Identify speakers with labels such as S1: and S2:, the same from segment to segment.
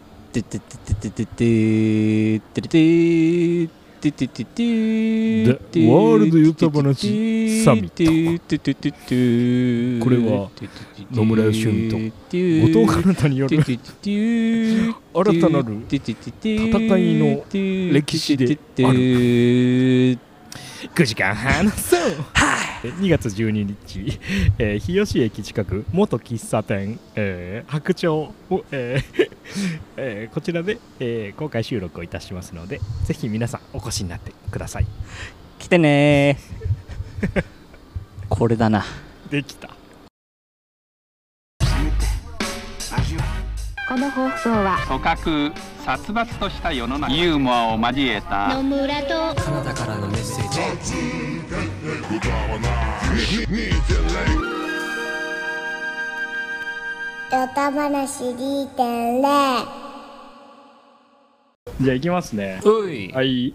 S1: ててててててててててててててて
S2: The World ヨタ話サミッ
S1: トこ
S2: これは野村義文と後藤
S1: か
S2: かなたによる
S1: 新
S2: 新たなる戦いの歴史であ
S1: る
S2: 9時間話そう2月12日、えー日吉駅近く元喫茶店、えー白鳥を、えー えーこちらで、えー公開収録をいたしますのでぜひ皆さんお越しになってください
S1: 来てねーこれだな
S2: できた
S3: この放送は
S4: 組閣殺伐とした世の中ユーモアを交えた
S3: 野村と
S5: カナダからのメッセージ
S6: ヨタ話2.0
S2: じゃあいきますね
S5: おい
S2: はい、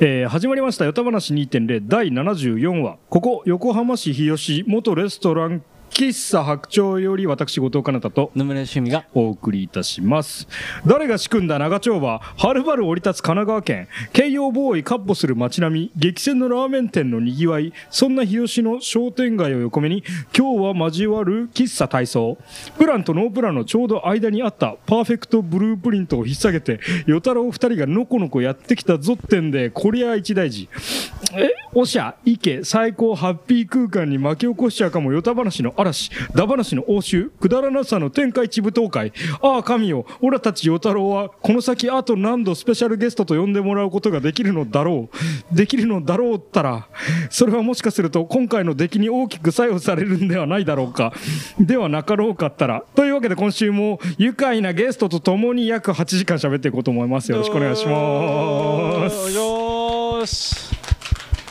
S2: えー始まりました「よた話2.0」第74話ここ横浜市日吉元レストラン喫茶白鳥より私後藤かなたと
S1: 野村趣味が
S2: お送りいたします誰が仕組んだ長丁場はるばる降り立つ神奈川県京葉ボーイかっ歩する街並み激戦のラーメン店のにぎわいそんな日吉の商店街を横目に今日は交わる喫茶体操プランとノープランのちょうど間にあったパーフェクトブループリントを引っ提げて与太郎二人がのこのこやってきたぞってんでこりゃ一大事えおしゃ、池、最高ハッピー空間に巻き起こしちゃうかも、ヨタ話の嵐、ダ話の応酬、くだらなさの天下一舞踏会。ああ、神よ、オラたちヨタロウは、この先あと何度スペシャルゲストと呼んでもらうことができるのだろう。できるのだろうったら、それはもしかすると今回の出来に大きく作用されるんではないだろうか。ではなかろうかったら。というわけで今週も愉快なゲストと共に約8時間喋っていこうと思います。よろしくお願いします。
S1: よーし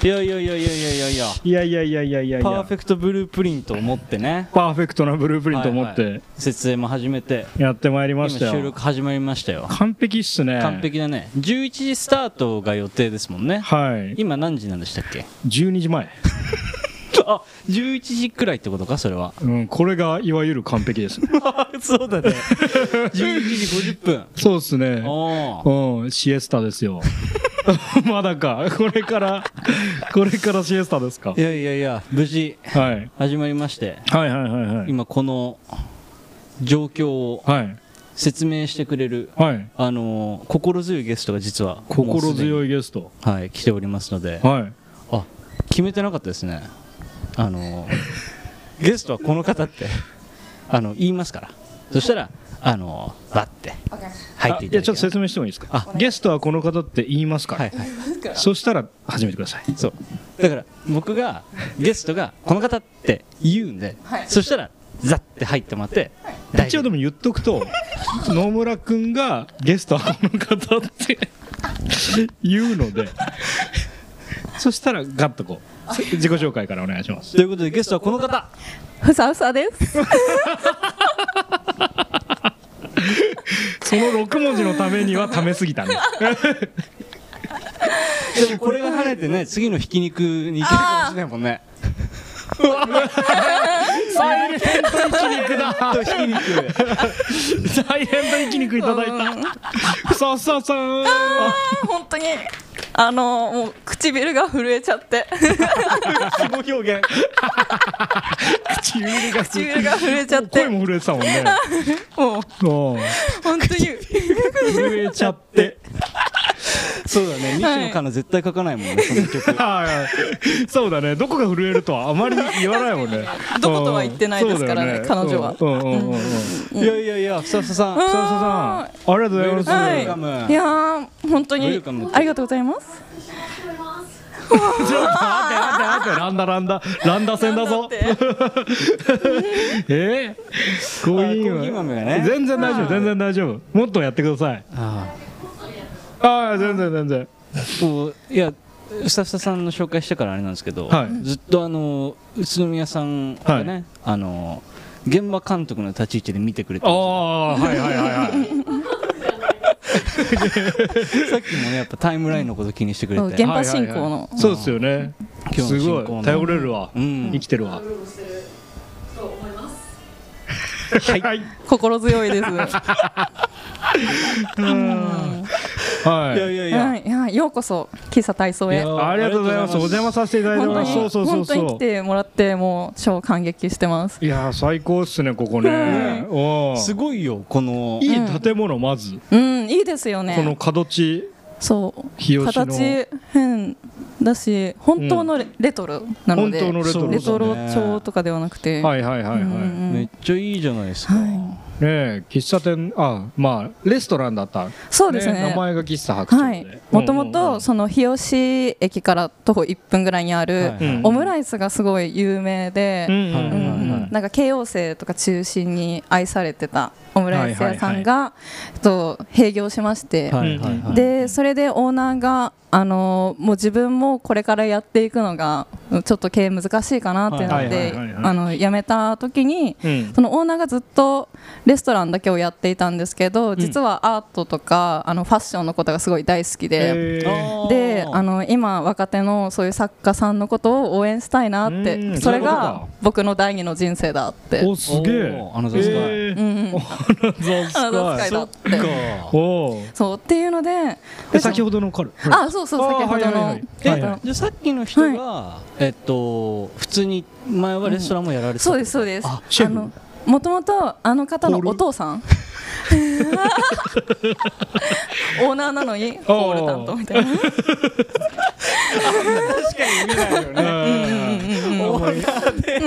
S1: いやいやいやいやいやいやいや
S2: いやいやいやいやいやいや。
S1: パーフェクトブループリントを持ってね
S2: パーフェクトなブループリントを持っ
S1: はいは
S2: て
S1: い設営も始めて
S2: やってまいりま
S1: 今
S2: したよ、
S1: 収録始まりましたよ
S2: 完璧っすね
S1: 完璧だね11時スタートが予定ですもんね
S2: はい
S1: 今何時なんでしたっけ
S2: 12時 前、
S1: あ11時くらいってことかそれは
S2: うん、これがいわゆる完璧ですね
S1: そうだね11時50分
S2: そうっすね
S1: おー
S2: うんシエスタですよ まだかこれからこれからシエスタですか、
S1: いやいやいや無事
S2: はい、
S1: 始まりまして
S2: はいはいはいはい
S1: 今この状況を
S2: はい
S1: 説明してくれる
S2: はい
S1: あのー心強いゲストが実はもう
S2: 心
S1: すでに
S2: 強いゲスト
S1: はい来ておりますので
S2: はい
S1: あ決めてなかったですねあのー ゲストはこの方ってあの言いますからそしたらあのーバッて入っ
S2: あ
S1: てい
S2: い
S1: た
S2: や
S1: だ
S2: ち
S1: け
S2: ょっと説明してもいいですかゲストはこの方って言いますから、
S1: はいはい
S2: そしたら始めてください
S1: そうだから僕がゲストがこの方って言うんで、そしたらザッて入ってもらって大
S2: 一
S1: 丈
S2: 応で
S1: 夫
S2: も言っとくと野村くんがゲストはこの方って 言うのでそしたらガッとこうせ自己紹介からお願いします
S1: ということでゲストはこの方
S7: ふさふさです。
S2: その6文字のためにはためすぎたね
S1: でもこれが跳ねてね次のひき肉にいけるかもしれないもんね
S2: サイレント一肉だ
S1: ひき肉
S2: サイレント一肉いただいたさあさあさあ
S7: 本当に。あのもう唇が震えち ゃって
S1: 希望表現
S2: 唇が
S7: 唇が震えちゃっ
S2: 声
S7: ても
S2: も震えてたもんね
S7: う
S2: もう
S7: 本当に
S2: 震えちゃって
S1: そうだね西野カナ絶対書かないもんねその曲
S2: はいそうだねどこが震えるとはあまり言わないもんね
S7: どことは言ってないですからね
S2: うん
S7: 彼女は
S2: うんうんうんうん
S1: いやいやいやふさふささん
S7: うん
S1: ふさふ
S2: ありがとうございます、
S7: は
S1: ウェルカム
S7: いいやー本当
S1: ウェ
S7: に
S1: ルカム
S7: ありがとうございます
S2: ちょっと待って待って待ってランダランダランダ戦だぞ
S7: なんだっ
S2: えー、コーヒー
S1: あコーヒー豆がね
S2: 全然大丈夫全然大丈夫もっとやってください
S1: あ
S2: ああ全然全然
S1: あこういやふさふささんの紹介してからあれなんですけど、
S2: はい
S1: ずっとあの宇都宮さんがね、
S2: は
S1: あの現場監督の立ち位置で見てくれて
S2: あ
S1: まし
S2: あはいはいはいはい
S1: たさっきもねやっぱタイムラインのこと気にしてくれ
S7: そう
S1: て
S7: 現場進行の
S2: はいはいはいそうですよね
S1: 今日の
S2: す
S1: 進行
S2: ご
S1: の
S2: い頼れるわ、
S1: うん
S2: 生きてるわ
S7: 心強いです
S2: はい
S1: やい
S2: い。
S1: やいや
S7: はいはいようこそ喫茶体操
S1: い
S7: へ
S1: や
S2: ありがとうございます。お邪魔させていただいて
S7: 本当
S2: ま
S7: に
S2: す。そうそうそう
S7: 本当に
S2: そ
S7: 来てもらってもう超感激してます
S2: う。いやー最高っすねここね。お
S1: す
S2: ー
S1: ごいよこの
S2: いい建物まず
S7: うんいいですよ
S2: この
S7: ね
S2: 角地
S7: そう
S2: 日吉の
S7: 形変だし本当のレ,、トロなの
S2: 本
S7: で
S2: 当のレトロ
S1: レ
S7: レ
S1: ト
S7: ト
S1: ロ
S7: ロ
S1: だね
S7: 調とかではなくて、
S2: はいはいはいはい。
S7: うんう
S2: ね
S7: ん
S1: めっちゃいいじゃないですか、
S2: え喫茶店あまあレストランだった。
S7: そうですね
S2: 名前が喫茶白
S7: は
S2: 鳥
S7: い
S2: で。
S7: もとも
S2: うんうんう
S7: と
S2: ん
S7: その日吉駅から徒歩1分ぐらいにある
S1: はい
S7: オムライスがすごい有名で、
S2: うん
S1: は
S2: う
S1: い
S2: ん
S1: は
S2: う
S1: い
S2: ん
S1: はいはい
S7: なんか京王生とか中心に愛されてたオムライス屋さんが、えっと閉業しまして、
S1: はいはいはい
S7: でそれでオーナーが、あのーもう自分もこれからやっていくのがちょっと経営難しいかなってなっ
S2: はい
S7: て
S2: はいはいはい
S7: あの辞めた時に、
S2: うん
S7: そのオーナーがずっとレストランだけをやっていたんですけど実はアートとかあのファッションのことがすごい大好きで。
S2: へー
S7: であ
S1: の
S7: の今、若手のそういう作家さんのことを応援したいなっ
S2: う
S7: て
S2: ん
S7: それ
S2: そういうこと
S7: が
S2: か
S7: 僕の第二の人生だって
S2: おすげえ
S1: おーアナザースカイ
S2: えー
S7: うんうん
S2: ア
S7: アナザースカイだって
S2: おー
S7: そうっていうので
S2: え先ほどの彼
S7: あそうそう
S2: あー
S7: 先ほどの、
S2: はいはいはい
S1: え、
S2: はいはい
S1: じゃあさっきの人が、えっと普通に前はレストランもやられてた
S7: そう
S1: ってこと
S7: ですそうです
S1: あ
S2: シェフ
S7: のもともとあの方のお父 さん オーナーなのにホール担当みたいな
S1: オーナーで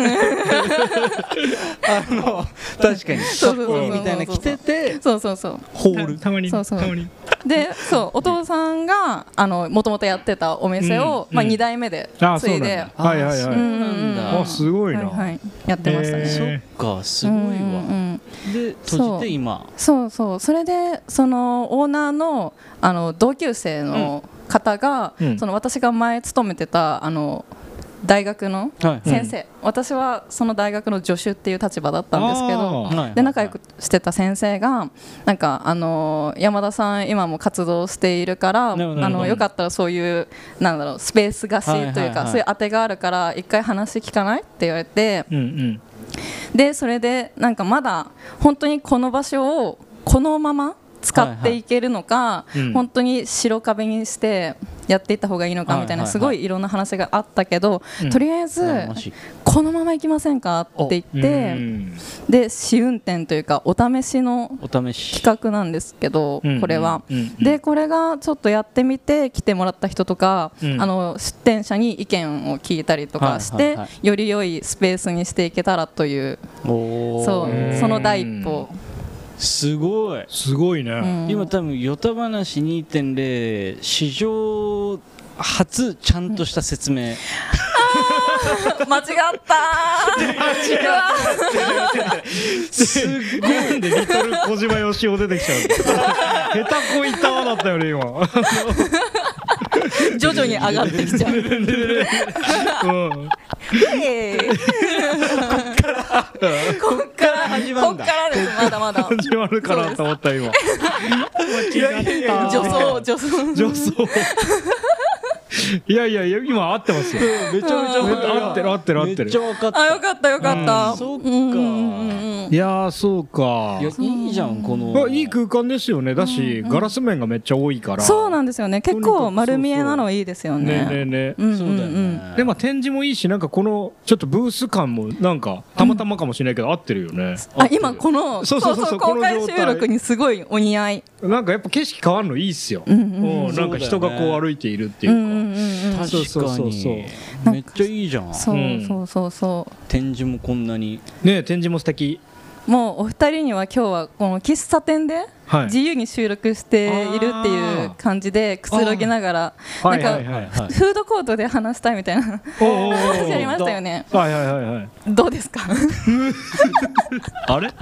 S1: あの確かに
S7: そ
S1: そう
S7: そうそうそう
S1: うみたいなの着てて
S7: そうそうそう
S1: ホール
S2: たまに
S7: そうそう
S2: たまに
S7: でそうお父さんがもともとやってたお店を、
S2: うん
S7: まあ、
S2: うん
S7: 2代目で
S2: あ
S7: 継
S2: そう
S7: いで、
S2: なんだはいはい
S1: そ
S2: は
S1: う
S2: い、
S1: なんだ、
S7: うんうんうん
S2: あすごいな、
S7: はいはいやってましたね、
S2: へー
S1: そっかす
S7: う
S1: ごいわ、
S7: んうんうん
S1: で
S7: そ
S1: 閉じ
S7: う
S1: て今
S7: そうそうそれでそのオーナーのあの同級生の方が、
S2: うん
S7: その私が前勤めてたあの大学の
S1: はい
S7: 先生、私はその大学の助手っていう立場だったんですけど
S2: あー
S1: はい
S7: で仲良くしてた先生がなんかあの山田さん今も活動しているからあ
S1: なるほどなるほ
S7: の
S1: ど
S7: よかったらそういうなんだろうスペース貸しと
S1: はい
S7: いう
S1: はいは
S7: か
S1: い
S7: そういう当てがあるから一回話聞かないって言われて
S2: うんうん
S7: でそれでなんかまだ本当にこの場所をこのまま使っていけるのか、
S2: いはいうん
S7: 本当に白壁にしてやっていった方がいいのかみたいな、
S1: はいはいはい
S7: すごいいろんな話があったけど、とりあえず
S1: 悩ましい
S7: このまま行きませんかって言
S2: う
S7: って
S2: ん
S7: で試運転というかお試しの
S1: お試し
S7: 企画なんですけど、
S2: うん
S7: これは、
S2: うんうん
S7: でこれがちょっとやってみて来てもらった人とか、
S2: うん
S7: あの出店者に意見を聞いたりとかし
S1: は
S7: て、
S1: いはいは
S7: より良いスペースにしていけたらという
S1: おー
S7: そうその第一歩
S1: すごい
S2: すごいね、
S7: ん
S1: 今多分ヨタ話2.0史上初ちゃんとした説明、
S7: 間違ったーうわ
S1: すっごい
S2: なんでリトル小島よしお出てきちゃうの下手こいたわだったよね今
S7: ー徐々に上がってきちゃ う
S2: うん
S7: えーこっから
S1: 始ま
S7: こ
S1: る
S7: っ
S1: ん
S7: か
S1: だ
S7: らですまだ まだ
S2: 始まるかなと思った今
S7: 女装女装
S2: 女装いやいやいや今合ってますよ
S1: めちゃめちゃ分か
S2: 合ってる合ってる合ってる
S1: めっちゃ分かった
S7: あよかったよかった
S1: そっか
S7: うんうんうんうん
S2: いやーそうか
S1: いやいいじゃんこ
S2: まあ
S1: の
S2: いい空間ですよねだし、ガラス面がめっちゃ多いから
S7: そうなんですよね結
S2: とにかくそうそ
S7: 構
S2: う
S7: 丸見えなのいいですよ
S2: ねえねえ
S7: ね
S2: ねえ
S7: うん
S1: そうだよね、
S7: うん
S2: でまあ展示もいいしなんかこのちょっとブース感もなんかたまたまかもしれないけど、合ってるよね
S7: あ今この
S2: そうそうそうそう
S7: 公開
S2: この状態
S7: 収録にすごいお似合い
S2: なんかやっぱ景色変わるのいいっすよ、
S7: んうん
S2: うんなんか人が
S1: そうだ
S2: こう
S1: よね
S2: 歩いているっていううんか、
S7: うんうんうん
S1: 確かに
S2: そうそうそう
S7: う
S1: めっちゃいいじゃん
S7: そうそうそうそう
S1: 展示もこんなに
S2: ねえ展示も素敵
S7: もうお二人には今日はこの喫茶店で
S2: はい
S7: 自由に収録しているっていう感じでくつろぎながら
S2: は
S7: ない
S2: はい
S7: んか
S2: はい
S1: はい
S7: フードコートで話したいみたいな
S2: おうおうおう
S7: 話ありましたよね
S2: はいはいはいはい
S7: どうで すか
S2: あ れちょ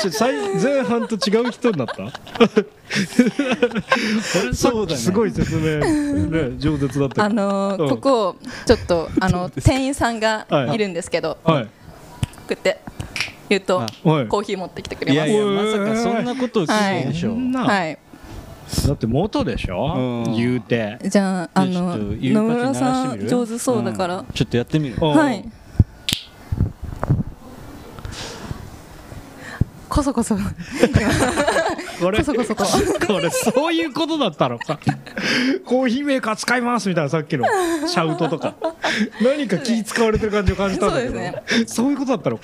S2: っと最前半と違う人になった
S1: そう
S2: すごい説明ね饒舌だったけど
S7: あの
S2: うん
S7: ーここちょっとあの店員さんが
S2: はい
S7: いるんですけどこ
S2: はいう
S7: やって言うと
S2: はい
S7: コーヒー持ってきてくれ
S1: いや
S7: ま
S1: いや
S7: す
S1: まさかそんなことしないでしょ、
S2: そんな、
S7: はい
S2: だって元でしょ、
S1: うん
S2: 言うて
S7: じゃああ
S1: ちょ
S7: の
S1: っと指
S7: 野村さ
S1: 鳴らしてみ
S7: ん
S1: る
S7: 上手そうだから
S1: んちょっとやってみる
S2: うん
S7: はいこそこそ
S2: これ
S7: こそこそこ
S2: これそういうことだったのかコーヒーメーカー使いますみたいなさっきのシャウトとか何か気使われてる感じを感じたんだけど
S7: そう
S2: そう,、
S7: です
S2: いうことだったのか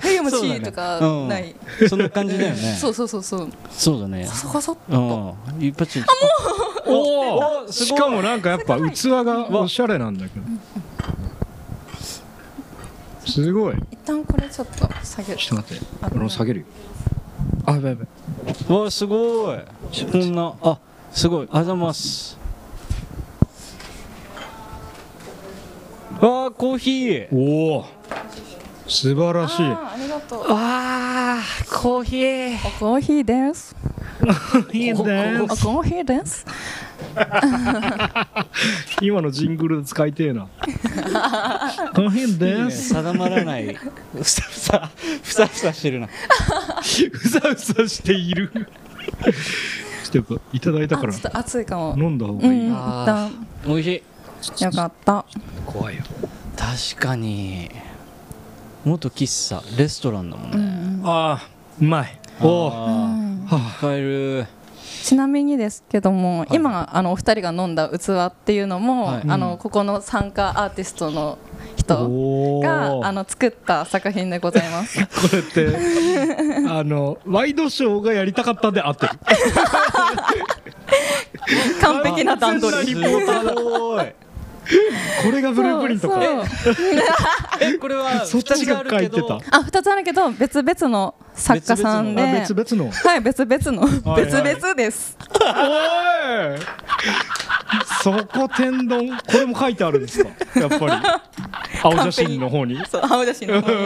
S7: ヘイもチ
S1: そうだ
S7: ー
S1: ね
S7: とかない、
S1: うんそんな感じだよね
S7: そうそうそうそう
S1: そうだね
S7: そこそっ
S1: う
S7: と
S1: ん一発
S2: おお
S1: すごい
S2: しかもなんかやっぱ器がおしゃれなんだけどすごい
S7: 一旦これちょっと下げる
S2: ちょっと待って俺も下げるよあやばいやばい
S1: わあすごいこんなあすごいありがとうございますわあコーヒー
S2: おお素晴らしい
S7: あーありがとう
S1: わあコーヒー
S7: おコーヒーです
S2: いいね
S7: おコーヒーです
S2: 今のジングルで使いてえな大変で
S1: ね
S2: す
S1: 定まらないふさふさふさふさしてるな
S2: ふさふさしているちょっとやっぱいただいた
S7: あ
S2: から
S7: ちょっと暑いかも
S2: 飲んだ方が
S7: う
S2: いい
S7: ん一
S2: な、
S7: 旦
S1: 美味しい
S7: よかった
S2: 怖いよ
S1: 確かに元喫茶レストランだもんね、
S2: ああうまいおおは
S1: あ
S2: あ
S1: あ買える
S7: ちなみにですけども、今あのお二人が飲んだ器っていうのも、
S1: はい
S7: あのここの参加アーティストの人
S2: おお
S7: があの作った作品でござ います。
S2: これって あのワイドショーがやりたかったんで合ってる
S7: 完璧な段取り。
S2: リポーターだこれがブループリントか
S7: そうそう
S1: えこれ は
S2: そっちが書いてた
S7: あ、二つあるけど別々の作家さんで、
S2: あ別々の
S7: はい別々の
S2: はい
S7: 別々です。
S2: おいそこ天丼これも書いてあるんですかやっぱ り青写真の方に
S7: そう青写真の方に。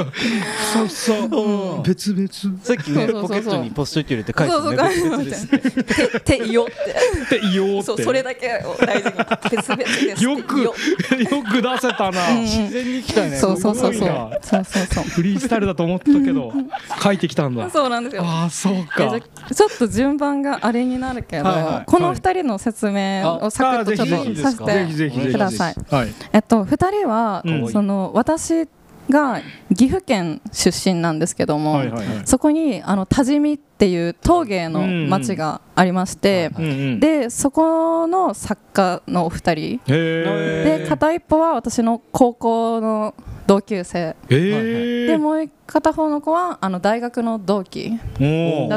S2: そうそう別々
S1: さっきね
S7: そ
S1: ポ
S7: うそうそうそう
S1: ケットにポストイット入れて書いて
S7: そう
S1: たね
S7: そう書いて
S1: 別々
S7: まし
S1: で
S7: た
S1: すって
S7: 手手よって。
S2: って言おうっ
S7: そう
S2: て
S7: それだけを大事に別々です。
S2: よくよ
S7: よ
S2: く出せたな
S1: 自然に来たね
S7: そうそうそう
S2: す
S7: そ
S2: ごいうな
S7: そうそうそう。
S2: フリースタイルだと思ったけど書いてきたんだ
S7: そうなんですよ。
S2: ああそう
S7: え
S2: か
S7: じゃあちょっと順番があれになるけど、
S1: はいはい
S7: この二人の説明をサクッとちょっ
S1: あぜひ
S7: とさせ
S2: ぜひぜ
S7: て、
S2: ひぜひ
S7: ください
S2: はい
S7: えっと、二人は、
S2: うん
S7: その私が岐阜県出身なんですけども、
S2: はいはいはい
S7: そこにあの多治見っていう陶芸の町がありまして、
S2: うんうん
S7: でそこの作家のお二人
S2: へ
S7: で片一方は私の高校の同級生
S2: えへえ
S7: でもう片方の子はあの大学の同期
S2: お
S7: だ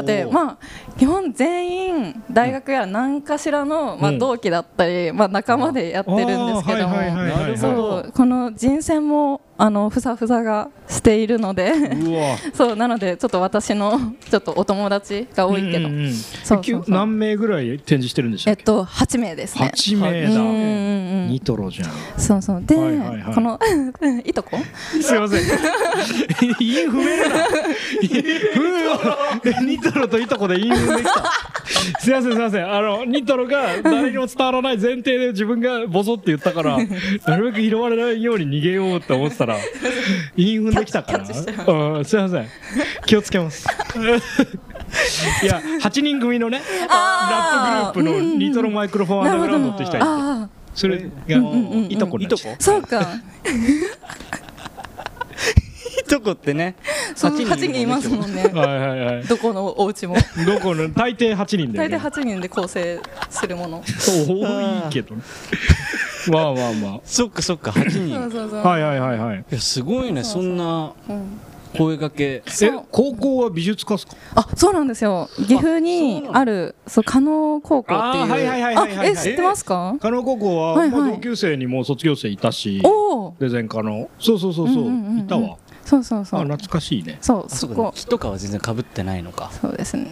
S2: ー
S7: ってまあ基本全員大学やら何かしらの、まあ、
S2: うん
S7: 同期だったり、まあ、仲間でやってるんですけど
S2: あーはいはいはいはい
S7: も
S2: はい
S7: そうこの人選もあのふさふさがしているので
S2: うわ
S7: そうなのでちょっと私のちょっとお友達が多いけど、
S2: うんうんうん
S7: そうそう
S2: きゅ
S7: そう
S2: 何名ぐらい展示してるんでした
S7: えっ
S2: っけ
S7: と8名ですね。
S2: 8名
S7: うん
S2: だ、
S7: うんうん
S2: ニトロじゃん
S7: そうそうで、
S2: はいはいはい
S7: この いとこ
S2: すいません韻踏めるな韻を ニトロといとこで韻踏んできたすいませんすいませんあのニトロが誰にも伝わらない前提で自分がボソって言ったからなるべく拾われないように逃げようって思ってたら韻踏んできたから
S7: キャッチキャッチして
S2: うんすいません気をつけます いや8人組のねラッ
S7: あー
S2: プグループのニトロマイクロフォンアンダーグラウンドってきたり
S7: ああ
S2: それがいとこになっちゃう
S7: そうか
S1: いとこってね
S7: そう
S1: 八人いるもんね
S7: 8人いますもんね
S2: はいはいはい
S7: どこのお家も。
S2: どこの大抵8人だよ
S7: 大
S2: ね
S7: 体8人で構成するもの。
S2: 多いけどねまあまあま
S1: そっかそっか8
S7: そう
S1: 人
S7: そうそう。
S2: あはいはいはいはい
S1: いやすごいねそんな
S7: うん
S1: 声掛け
S2: え
S7: そう
S2: 高校は美術科っすか
S7: あ、そうなんですよ。岐阜にある、そう、加納高校っていう。
S2: あーはいはいはいはいはい
S7: あえ、知ってますか。
S2: 加納高校は、
S7: はいはい
S2: まあ、同級生にもう卒業生いたし
S7: おお。
S2: で前科のそうそうそうそう,、
S7: うんうんうんうん
S2: いたわ
S7: そうそう
S2: あ
S7: そう。
S2: 懐かしいね
S7: そう、
S1: あそ
S7: そう
S1: かね
S7: こ。
S1: 木とかは全然かぶってないのか
S7: そうですね。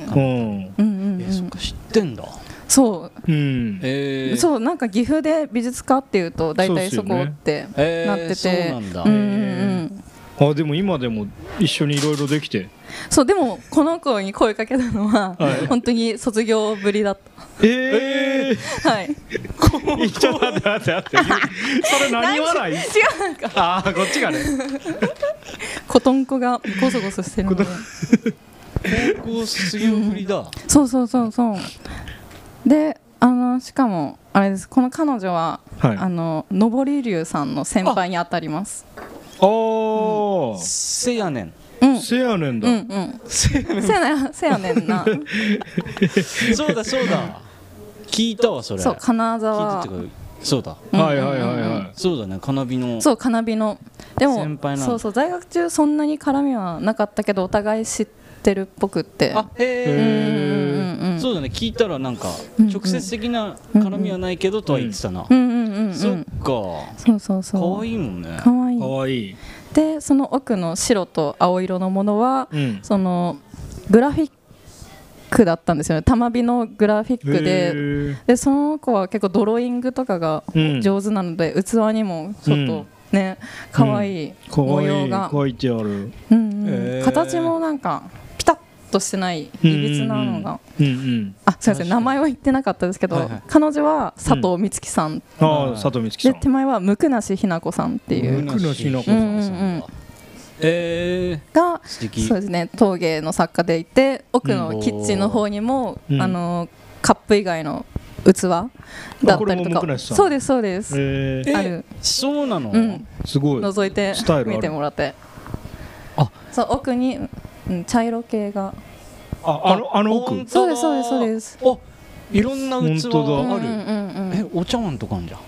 S2: うん
S7: うんうんう
S1: えそっ
S7: ん。
S1: か知ってんだ
S7: そ
S2: うん
S1: え
S7: う、
S1: う
S7: そう、なんか岐阜で美術家っていうと、大
S2: そ
S7: 体
S2: う
S7: そ
S2: っすよ
S7: こ
S2: ね
S7: って。
S1: えー
S7: なってて。
S1: そうなんだ
S7: うんうんうん。
S2: あでも今でも一緒にいろいろできて
S7: そう、でも、この子に声かけたのは
S2: はい、
S7: 本当に卒業ぶりだっ
S2: ええー、
S7: た。はい。
S2: えちょっと待って待って待っ てそれ何笑い
S7: 違う、なんか。
S2: ああこっちがね
S7: コトンコがゴソゴソしてるので。
S1: 高校卒業ぶりだ
S7: そうそうそうそうであのしかもあれですこの彼女は、
S2: はい
S7: あの上り龍さんの先輩に当たります
S2: おお
S1: せやねん
S7: ううん
S2: せやねんだ、
S7: うんうんせやねんせやねんな
S1: そうだそうだ聞いたわそれ
S7: そう金
S1: 聞いた
S7: 沢
S1: っていうかそうだ
S2: はいはいはいは
S1: そうだねカナビの
S7: そうカナビのでも
S1: 先輩なんだ
S7: そうそう在学中そんなに絡みはなかったけどお互い知ってるっぽくって
S1: あ
S7: うん
S1: へえ
S7: うんうん
S1: そうだね聞いたらなんか
S7: うんうん
S1: 直接的な絡みはないけどとは言ってたな
S7: うんうんうんうん
S1: そっか
S7: そうそうそう
S1: 可愛いもんね
S7: かわい
S2: い
S7: い
S2: かわいい、
S7: でその奥の白と青色のものは、
S2: うん
S7: そのグラフィックだったんですよね玉火のグラフィック
S2: へ
S7: で
S2: ー
S7: でその子は結構ドローイングとかが
S2: うん
S7: 上手なので、器にもちょっとね
S2: う
S7: 可
S2: ん
S7: 愛、い
S2: か
S7: 模
S2: わい
S7: 様
S2: い
S7: が、
S2: 書いてある
S7: うんうん
S1: へー
S7: 形もなんかピタッとしてないいびつなのが。
S2: うんうん
S7: あすみません名前は言ってなかったですけど、
S1: はいはい
S7: 彼女は佐藤美月さん、
S2: ああ佐藤美月さ
S7: で
S2: ん
S7: 手前は椋梨ひな子さんっていう
S2: 僕の日の子
S1: さ
S2: さ
S1: ん
S7: ん
S1: だ
S7: うんうんうん
S1: え
S7: が
S1: ー素敵
S7: そうですね陶芸の作家でいて奥のキッチンの方にも、
S2: うん
S7: あのカップ以外の器だったり
S2: これ
S7: と
S2: も椋
S7: か
S2: 梨さん
S7: そうですそうです、
S2: えー
S1: え
S7: ある
S1: そうなの
S7: うん
S2: すごい
S7: 覗いて
S2: スタイルある
S7: 見てもらって
S1: あ
S7: そう奥に、うん、茶色系が
S2: ああのあの奥
S1: 本当だ
S7: そうですそうですそうです
S1: あいろんな器
S2: 本
S1: があ
S7: うんうん
S1: る
S7: うんう
S1: え
S7: ん
S1: お茶碗とかあんじゃん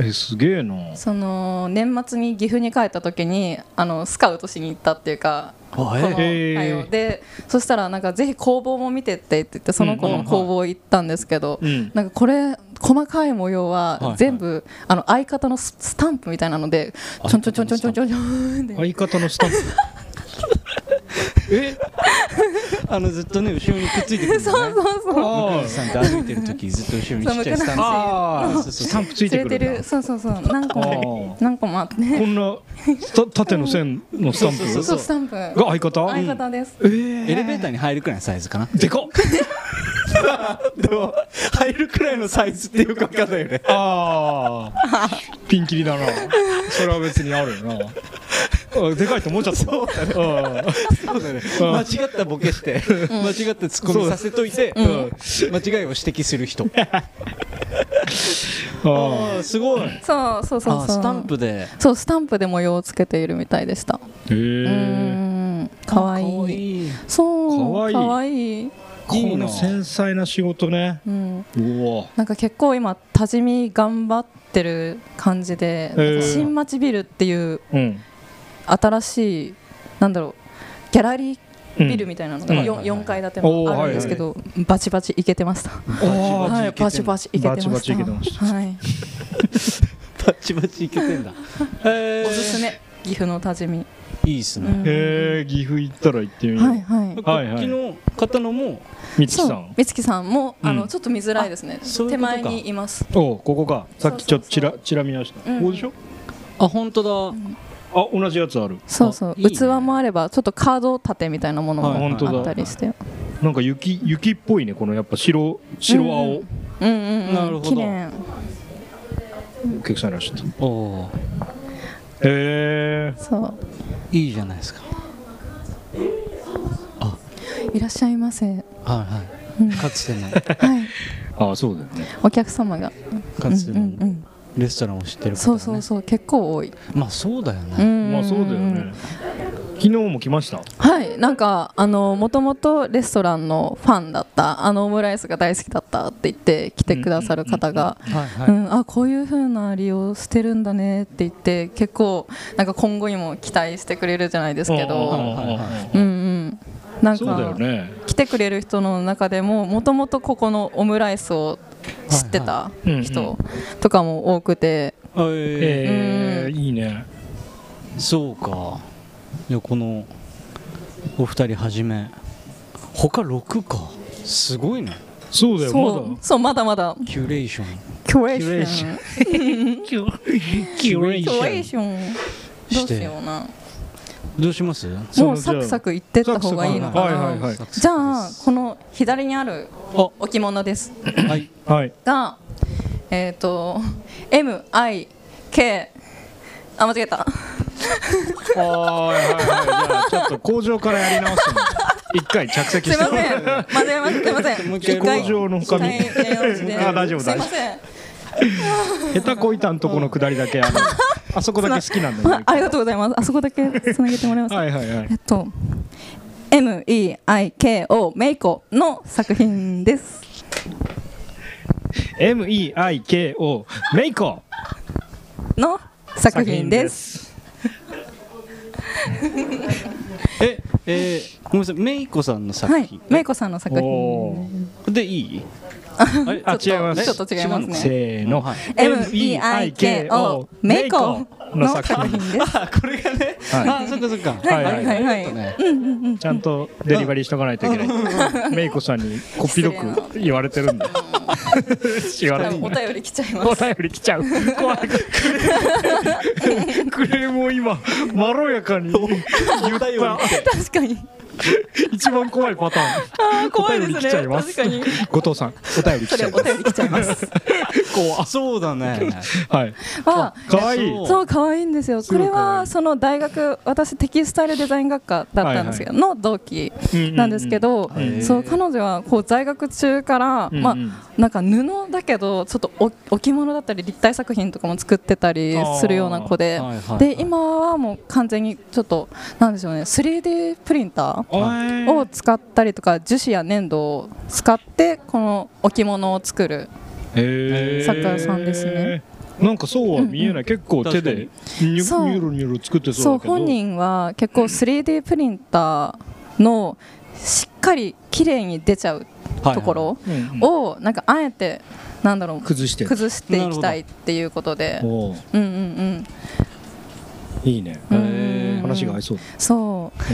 S2: えすげえな
S7: その年末に岐阜に帰った時にあのスカウトしに行ったっていうか
S1: あ
S7: この
S2: へー
S7: 会をでそしたらなんかぜひ工房も見てってって言ってその子の工房行ったんですけど、
S2: うん
S7: なんかこれ細かい模様
S1: いは
S7: はい全部、あの相方のススタンプみたいなのでちょんちょんちょんちょんちょんちょんちょんで
S2: 相方のスタッフ
S1: えあのずっとね後ろにくっついてくるんだ
S7: そう
S1: よね
S7: そうそう
S2: あ
S1: 向井さんって歩いてる 時ずっと後ろにちっちゃいスタンプ
S2: あ
S1: あ
S2: あ
S1: ー
S2: ー
S1: そうそうそう
S2: スタンプついて
S7: 連
S2: く
S7: れて
S2: るん
S7: る
S2: だ
S7: そうそうそう何個も
S2: あー
S7: 何個もあって
S2: こんなた縦の線のスタン
S1: そうそう
S2: プ
S7: そうスタンプが
S2: が相方
S7: 相方です、
S1: エレベーターに入るくらいのサイズかな
S2: でかっ
S1: でも入るくらいのサイズってよくわかんないよね
S2: ああピンキリだなそれは別にあるよなあでかいと思っちゃったそう
S1: そうだね間違ったボケして間違ったツッコミさせといてうん間違いを指摘する人
S2: あ
S1: あすごい
S7: そうそうそう
S1: あ
S7: そう
S1: スタンプで
S7: そうスタンプで模様をつけているみたいでした
S2: へ
S7: う
S2: え
S7: んかわい
S1: 可
S7: い
S1: 愛いい
S7: そう
S2: か
S7: か
S2: わ
S7: わいい
S1: いな
S2: この繊細な仕事ね
S7: うん
S2: うわ
S7: なんか結構今多治見頑張ってる感じで、
S2: へー
S7: 新町ビルっていう
S2: うん
S7: 新しいなんだろうギャラリービルみたいなのが
S2: うん
S1: はい
S7: 4,
S1: はいはい
S7: 階建てもあるんですけど、バチバチいけてました。
S2: たいな
S7: はい、バチバ
S1: チ
S7: チいけてました。
S2: バチバチイケてました
S7: はい、
S1: バチバチいけてんだへー
S7: おすすめ岐阜の多治見。
S1: いいっす
S7: う
S1: ね
S7: ん
S2: へえ岐阜行ったら行ってみよ
S7: はいうはい。
S1: こっちの方のも
S2: 美月
S7: そ
S2: さ、
S7: うん美月さんも、あ
S2: うん
S7: のちょっと見づらいですね。
S1: そうい
S7: 手
S1: うことか
S7: 前にいます。
S2: おうここかさっきちょっと
S7: そ
S2: ち
S7: うそ
S2: ら
S7: うそう
S2: ちら見ました、
S7: うん
S2: ここでしょ
S1: あ本当だ
S2: あ同じやつある
S7: そうそう
S1: あいいね
S7: 器もあればちょっとカード立てみたいなもの
S1: はい
S7: も
S2: 本当だ
S7: あったりして、
S2: なんか雪雪っぽいねこのやっぱ白白青、
S7: うんうんうんうん、
S1: なるほど
S7: 綺麗
S2: お客さんいらっしゃった
S1: おおー
S2: へえ
S7: そう
S1: いいじゃないですか
S7: いらっしゃいませ
S1: はいはいかつ ての
S7: はい
S2: ああそうだよね
S7: お客様が
S1: かつて
S7: う
S1: の
S7: んうん
S1: レストランを知ってる方
S7: そう
S1: が
S7: そう
S1: ね
S7: そう結構多い
S1: まあそうだよね
S2: ま
S7: ま
S2: あそうだよね昨日も来ました
S7: はいなんかあのもともとレストランのファンだったあのオムライスが大好きだったって言って来てくださる方が
S1: はいは
S7: うんあこういう風な利用してるんだねって言って結構なんか今後にも期待してくれるじゃないですけ
S2: うん
S7: ど
S2: うんうんうん
S7: うんうんなん
S2: そうだ
S7: か
S2: よね
S7: 来てくれる人の中でももともとここのオムライスを知ってた
S2: いはいうんう
S7: 人とかも多くて、
S1: え
S2: ええいいね
S1: ーそうかじゃあこのお二人はじめ他6かすごいね
S2: そうだよ
S7: そうそうまだまだ
S1: キュレーション
S7: キュレ
S2: ー
S7: ー
S2: シ
S7: シ
S2: ョ
S7: ョン
S1: キュレ
S7: キュレーションど
S1: し
S7: うしよ
S1: て
S7: うな
S1: どうします
S2: その
S7: もうサクサクいってった方がいいのかな
S2: はいはいはい
S7: じゃあこの左にある
S1: あ
S7: 置物です
S1: はい
S2: まだはい
S7: がえっ、と MIK あ間違え
S2: は
S7: た
S2: いはいはいじゃあちょっと工場からやり直しても一回着席
S7: す
S2: し
S7: い
S2: て
S7: ません間違えましたすいません
S1: もう一回
S7: 一回
S2: 工場の深み
S7: はいやり直しで
S2: あ大丈夫
S7: すい
S2: 大
S7: ま
S2: 丈
S7: せん
S2: 夫下手こいたんとこの下りだけあのあそこだけ好きなんだよ
S7: あ
S2: ね
S7: ありがとうございますあそこだけつなげてもらえますか
S2: はいはいはい
S7: えっと MEIKO メイコの作品です
S2: MEIKO メイコ
S7: の作品です
S2: す
S1: ええー、ごめんなさいメイコさんの作品、
S7: はいメイコさんの作
S2: おー
S7: 品
S1: でいい
S2: あれあ違います
S7: ちょっと違いますね
S2: せーの
S1: はい
S7: MEIKO メイコの作品です
S1: あこれがね、
S2: はい
S1: あそっかそっか
S2: はいはい
S7: はいは
S1: ち
S7: い
S1: ょっとね
S2: ちゃんとデリバリーしとかないといけないメイコさんにこっぴどく言われてるんだ言われてん
S7: お
S2: だ
S7: 便り来ちゃいま
S2: お
S7: す
S2: 便り来ちゃう怖いクレームクレームを今まろやかに言 った
S7: 確かに
S2: 一番怖いパターン
S7: あー怖いで
S2: お便
S7: す
S2: り来
S7: ね
S2: ちゃいます
S7: 確かに
S2: 後藤さんお便り
S7: そ
S2: 来ち
S7: れ
S2: ゃ
S7: お
S2: います
S7: 便り来ちゃいます
S1: あそうだね
S2: はい
S7: は
S2: かわいい
S1: そう
S7: そう可愛いんです
S2: ご
S7: よこ
S2: い可愛
S7: れ
S2: い
S7: はその大学私テキスタイルデザイン学科だったんですけど、の同期なんですけど、
S1: んうんうん
S7: そう彼女はこう在学中から、
S2: うんうん
S7: まあなんか布だけどちょっとお置物だったり立体作品とかも作ってたりするような子で、
S1: あーはいはいはい
S7: で今はもう完全にちょっとなんでしょうね 3D プリンターを使ったりとか樹脂や粘土を使ってこの置物を作る
S2: へー
S7: 作家さんですね
S2: なんかそうは見えない、結構手でニ
S7: そう
S2: ュニュルニュル作って
S7: そ
S2: そううだけど
S7: 本人は結構 3D プリンターのしっかり綺麗に出ちゃうところ
S2: はいはいうん
S7: をなんかあえてなんだろう
S2: 崩してる
S7: 崩していきたいっていうことで
S2: おー
S7: うんうんうん
S2: いいね、
S7: うんうんうん
S2: 話が合いそうだ
S7: そう多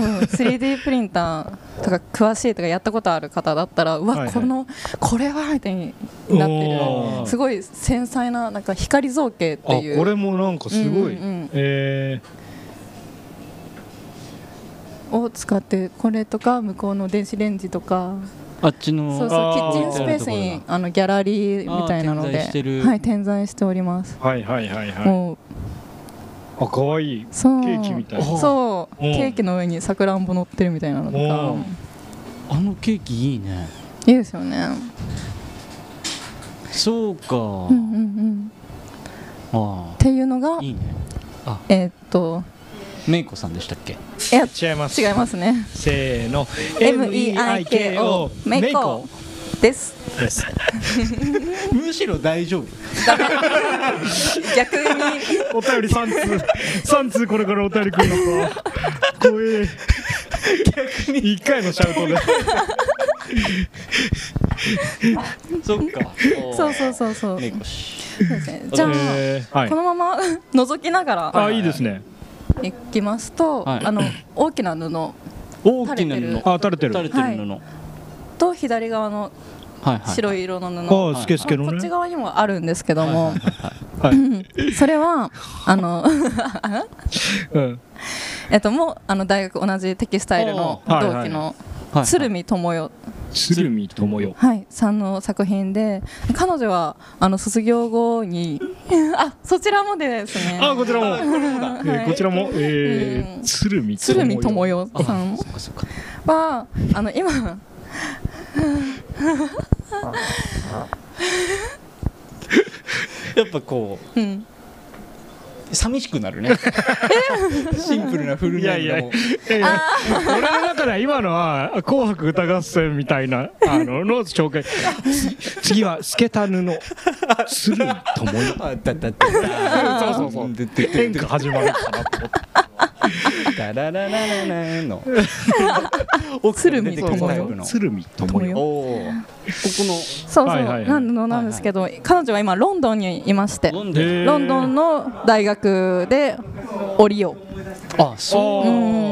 S7: 分 3D プリンターとか詳しいとかやったことある方だったらう
S2: はい
S7: わ
S2: はい
S7: このこれはみたいになって
S2: おー
S7: るすごい繊細ななんか光造形っ
S2: あ
S7: ていう
S2: これもなんかすごい、
S7: うんうんうん
S2: え
S7: を使ってこれとか向こうの電子レンジとか
S1: あっちの
S7: そう
S2: あ
S7: そうキ
S2: ー
S7: ッチンスペースにあのギャラリーみたいなの
S1: あー点在して
S7: で
S1: る
S7: はい点在しております、
S2: ーはいはいはいはい
S7: もう
S2: あ可愛い
S7: そう
S2: ケーキみたいな
S7: そう
S2: うん
S7: ケーキの上にさくらんぼ乗ってるみたいなのと
S2: う
S7: か
S2: ん
S1: あのケーキいいね
S7: いいですよね
S1: そうか、
S7: うんうんうん
S1: あ
S7: っていうのが
S1: あいいね
S7: えーっと
S1: メイコさんでしたっけ
S7: いや
S2: 違います
S7: 違いますね
S2: せーの
S7: MEIKO メイコです
S2: です
S1: むしろ大丈夫
S7: 逆 に
S2: お便り 三通三通これからお便り来るのか怖え逆に一回のシャウトで
S1: そっか
S7: そうそうそうそう
S1: メイコ氏
S7: そうですねじゃあ、
S2: えーはい
S7: このまま 覗きながら
S2: あいいですね
S7: 行きますと、
S1: はい
S7: あの大きな布
S1: 大きな布
S2: あ垂れてる
S1: 垂れてる布はい
S7: と左側の
S1: はい
S7: 白い色の布、
S2: あスケスケの
S7: こっち
S2: ね
S7: 側にもあるんですけども、
S2: はい
S7: うんそれはあの
S2: うん
S7: えっともうあの大学同じテキスタイルの
S2: あー
S7: 同期の
S1: はい
S7: 鶴見智代、
S2: 鶴見智代
S7: はい、さんの作品で彼女はあの卒業後に あそちらもですね
S2: あこちら もえー
S7: はい
S2: こちらもえー
S7: うん
S2: 鶴見
S7: 鶴見智代
S1: あ
S7: さん
S1: そっかそっか
S7: はあの今
S1: やっぱこ
S7: うん
S1: う寂しくなるね シンプルなフル
S2: い
S1: ネ
S2: や
S1: ー
S2: い
S1: ムが
S2: やい
S1: もう
S2: やいや俺の中では今のは「紅白歌合戦」みたいなあのの紹介つ次はスケタヌの鶴見智代
S1: あだだだ だ
S2: そうそうそう
S1: ででで
S2: 演歌始まるかなと思って
S1: ダラララララーの
S7: 鶴見
S1: 奥
S7: 智
S1: から出てく
S7: 代
S1: るタイプの
S2: 鶴見智代
S1: おおーここ
S7: そうそう、
S2: はいはいはい
S7: なんのなんですけど、彼女は今ロンドンにいまして
S1: の飲ん
S2: へ
S1: で
S2: ー
S7: ロンドンの大学で折りを、
S1: あそう
S7: う
S2: あ